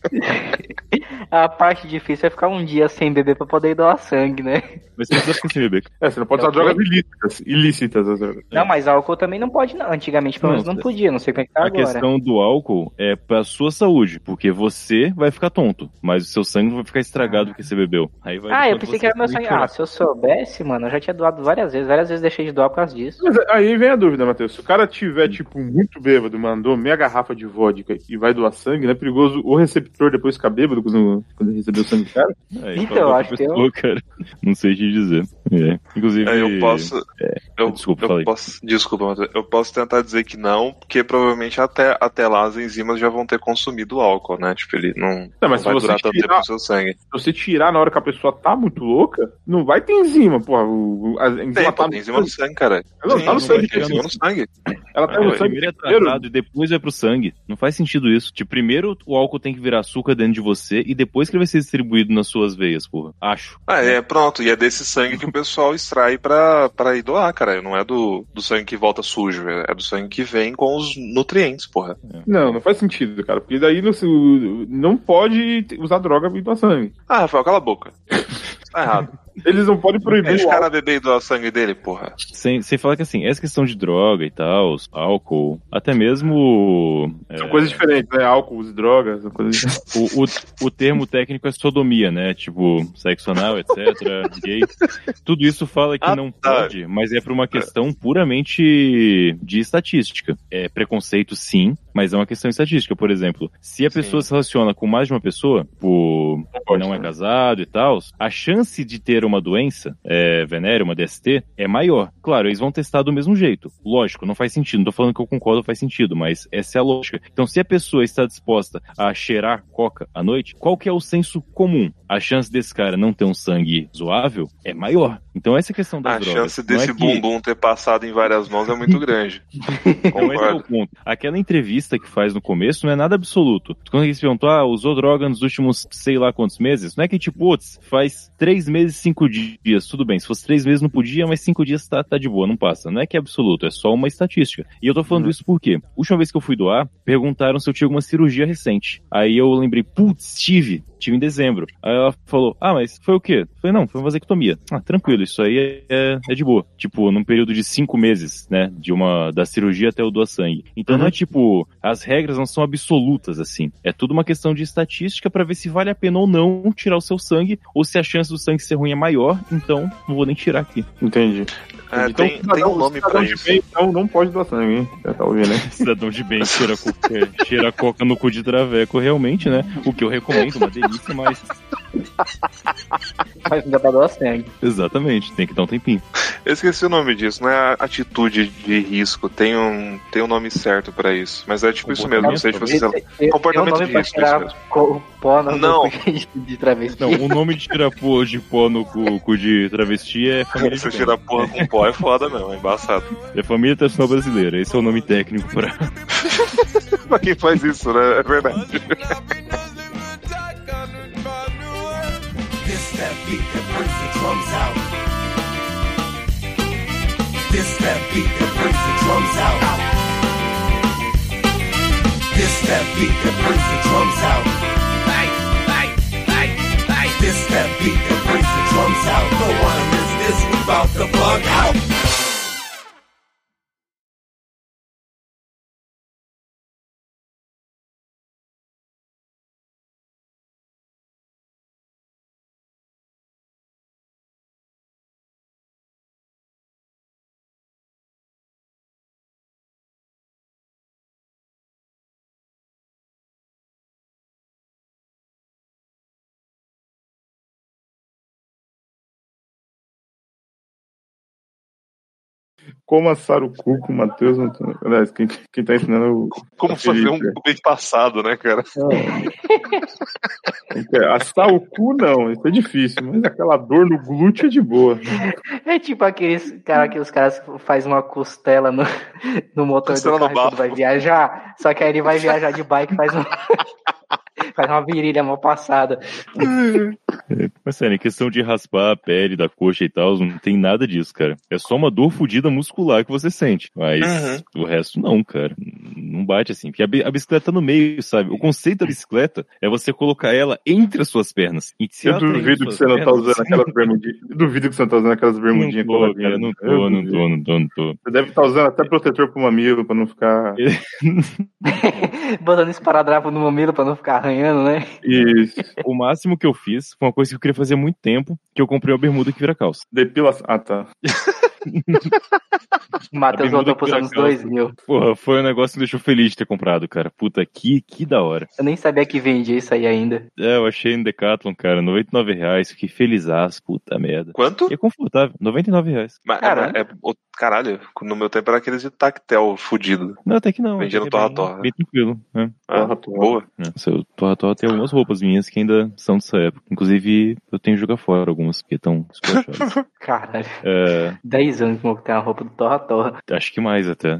A parte difícil é ficar um dia sem beber pra poder doar sangue, né?
Mas você precisa ficar sem beber.
É, você não pode
É
usar
o quê?
Tá
drogas ilícitas. Ilícitas as drogas.
É.
Não, mas álcool também não pode, não. Antigamente, pelo
Não,
menos, não
tá-
podia. Não sei como é que tá
A
agora.
questão do álcool é pra sua saúde, porque você vai ficar tonto, mas o seu sangue vai ficar estragado porque você bebeu. Aí vai
Ah, eu
depois
pensei
é você
que era meu
vai
sangue.
chorar.
Ah, se eu soubesse, mano, eu já tinha doado várias vezes. Várias vezes deixei de doar por causa disso.
Mas aí vem a dúvida, Matheus. Se o cara tiver, tipo, muito bêbado, mandou meia garrafa de vodka e vai doar sangue, não é perigoso o receptor depois ficar bêbado quando, quando ele recebeu o sangue do cara?
É,
Então,
fala pra
acho que eu-
pessoa, cara. Não sei te dizer. É. Inclusive,
É, eu posso. eu,
desculpa,
eu
falei.
posso. Desculpa, Matheus. Eu posso tentar dizer que não, porque provavelmente até, até lá as enzimas já vão ter consumido o álcool, né? Tipo, ele não,
Não,
não
mas
vai
se você
durar tanto tempo
tirar,
no seu sangue.
se você tirar na hora que a pessoa tá muito louca, não vai ter enzima, porra. O, o- a enzima
Tem,
tá
pô,
no
tem enzima no
sangue.
sangue, cara.
Ela não
Sim,
tá no
não
sangue.
vai
tem
ter
enzima no sangue.
Ela tá no
Ah,
sangue
primeiro é
primeiro.
tratado e depois vai pro sangue. Não faz sentido isso. Tipo, primeiro o álcool tem que virar açúcar dentro de você e depois que ele vai ser distribuído nas suas veias, porra. Acho.
Ah, é, pronto. E é desse sangue que o pessoal extrai pra, pra ir doar, cara. Não é do, do sangue que volta sujo, é do sangue que vem com os nutrientes, porra.
Não, não faz sentido, cara. Porque daí não, se- não pode te- usar droga e doar sangue.
Ah, Rafael, cala a boca. Isso Tá errado.
Eles não podem proibir.
Deixa
o
o
álcool.
cara beber e doar sangue dele, porra.
Sem, sem falar que assim, essa questão de droga e tal, álcool, até mesmo. é,
São coisas diferentes, né? Álcool, uso drogas, são coisas diferentes.
o, o, o termo técnico é sodomia, né? Tipo, sexo anal, etc., gay. Tudo isso fala que
Ah,
não
tá.
pode, mas é por uma questão puramente de estatística. É preconceito, sim, mas é uma questão estatística. Por exemplo, se a
Sim.
pessoa se relaciona com mais de uma pessoa, por
pode,
não é
né?
casado e tal, a chance de ter uma doença é, venérea, uma DST, é maior. Claro, eles vão testar do mesmo jeito. Lógico, não faz sentido. Não tô falando que eu concordo, faz sentido, mas essa é a lógica. Então, se a pessoa está disposta a cheirar coca à noite, qual que é o senso comum? A chance desse cara não ter um sangue zoável é maior. Então, essa é a questão das
a
drogas.
chance
Não é
desse
que-
bumbum ter passado em várias mãos é muito grande.
então esse é
Concordo.
o ponto. Aquela entrevista que faz no começo não é nada absoluto. Quando eles perguntam, ah, usou droga nos últimos sei lá quantos meses, não é que tipo, putz, faz três meses, cinco dias, tudo bem. Se fosse três meses não podia, mas cinco dias tá, tá de boa, não passa. Não é que é absoluto, é só uma estatística. E eu tô falando isso porque, última vez que eu fui doar, perguntaram se eu tinha alguma cirurgia recente. Aí eu lembrei, putz, tive. Tive em dezembro. Aí ela falou, ah, mas foi o quê? Eu Falei, não, foi uma vasectomia. Ah, tranquilo, isso aí é, é- é de boa. Tipo, num período de cinco meses, né? De uma, da cirurgia até o doar sangue. Então não é tipo, as regras não são absolutas, assim. É tudo uma questão de estatística pra ver se vale a pena ou não tirar o seu sangue, ou se a chance do sangue ser ruim é maior, então não vou nem tirar aqui.
Entendi.
É,
Então,
tem,
cidadão-
tem um nome
cidadão
pra
de
isso.
bem, Então não pode doar sangue, hein? Já tá ouvindo, né?
Cidadão de bem cheira, co- é, cheira coca no cu de traveco, realmente, né? O que eu recomendo, uma delícia, mas.
Mas não dá pra doar sangue.
Exatamente, tem que dar um tempinho.
Eu esqueci o nome disso, não é atitude de risco, tem um, tem um nome certo pra isso. Mas é tipo isso mesmo, não sei se você.
Esse- esse-
Comportamento
tem um nome
de
pra
risco,
tirar
isso
co- o pó no
Não.
no cu de- de travesti.
Não, o nome de tirar pó de pó no cu, cu de travesti é família. de
Você
bem.
tirar porra com pó é foda mesmo, é embaçado.
É família tradicional brasileira, esse é o nome técnico pra.
pra quem faz isso, né? É verdade.
This that beat that brings the drums out. This that beat that brings the drums out. This that beat that brings the drums out. This that beat that brings the drums out. Don't wanna miss this, we bout to bug out.
Como assar o cu com o Matheus Antônio. Aliás, quem, quem tá ensinando é o.
Como fazer um bem passado, né, cara?
É, assar o cu, não, isso é difícil, mas aquela dor no glúteo é de boa.
É tipo aqueles cara que os caras fazem uma costela no, no motor
Costela
do
no
carro quando
barro.
vai viajar. Só que aí ele vai viajar de bike e faz um. Faz uma virilha mal passada.
Mas sério, em questão de raspar a pele da coxa e tal, não tem nada
Uhum.
disso, cara. É só uma dor fodida muscular que você sente. Mas o resto não, cara. não bate assim. Porque a, bi- a bicicleta tá no meio, sabe? O conceito da bicicleta é você colocar ela entre as suas pernas. E se
Eu
ela tá entre
duvido que
as
você
suas
não tá
pernas,
usando aquelas bermudinhas. Eu duvido que você não tá usando aquelas bermudinhas
Não tô, cara,
coladinhas.
não tô,
Eu
não
duvido.
tô, não tô, não tô.
Você deve estar usando até protetor pro mamilo pra não ficar.
Botando esse paradrapo no mamilo pra não ficar arranhando, né?
Isso.
O máximo que eu fiz foi uma coisa que eu queria fazer há muito tempo, que eu comprei uma bermuda que vira calça.
Depilação. Ah, tá.
O Matheus
bermuda
voltou pros
que era
anos
calça.
2000.
Porra, foi um negócio que me deixou feliz de ter comprado, cara. Puta, que, que da hora.
Eu nem sabia que vendia isso aí ainda.
É, eu achei no Decathlon, cara, R$ 99 reais, fiquei felizaço, puta merda.
Quanto?
E é confortável, R$ 99 reais.
Mas-
Caralho.
é- é- o- caralho, no meu tempo era aqueles de tactel fudido.
Não, até que não.
Vendia no
até que é bem-
Torra-Torra.
Bem tranquilo, né? É.
Ah,
Torra-torra.
boa.
Nossa, eu tô, tô, tem algumas roupas minhas que ainda são dessa época. Inclusive, eu tenho que jogar fora algumas, porque estão super achadas.
Caralho,
É,
10 anos que o maluco tem uma roupa do Torra Torra.
acho que mais até.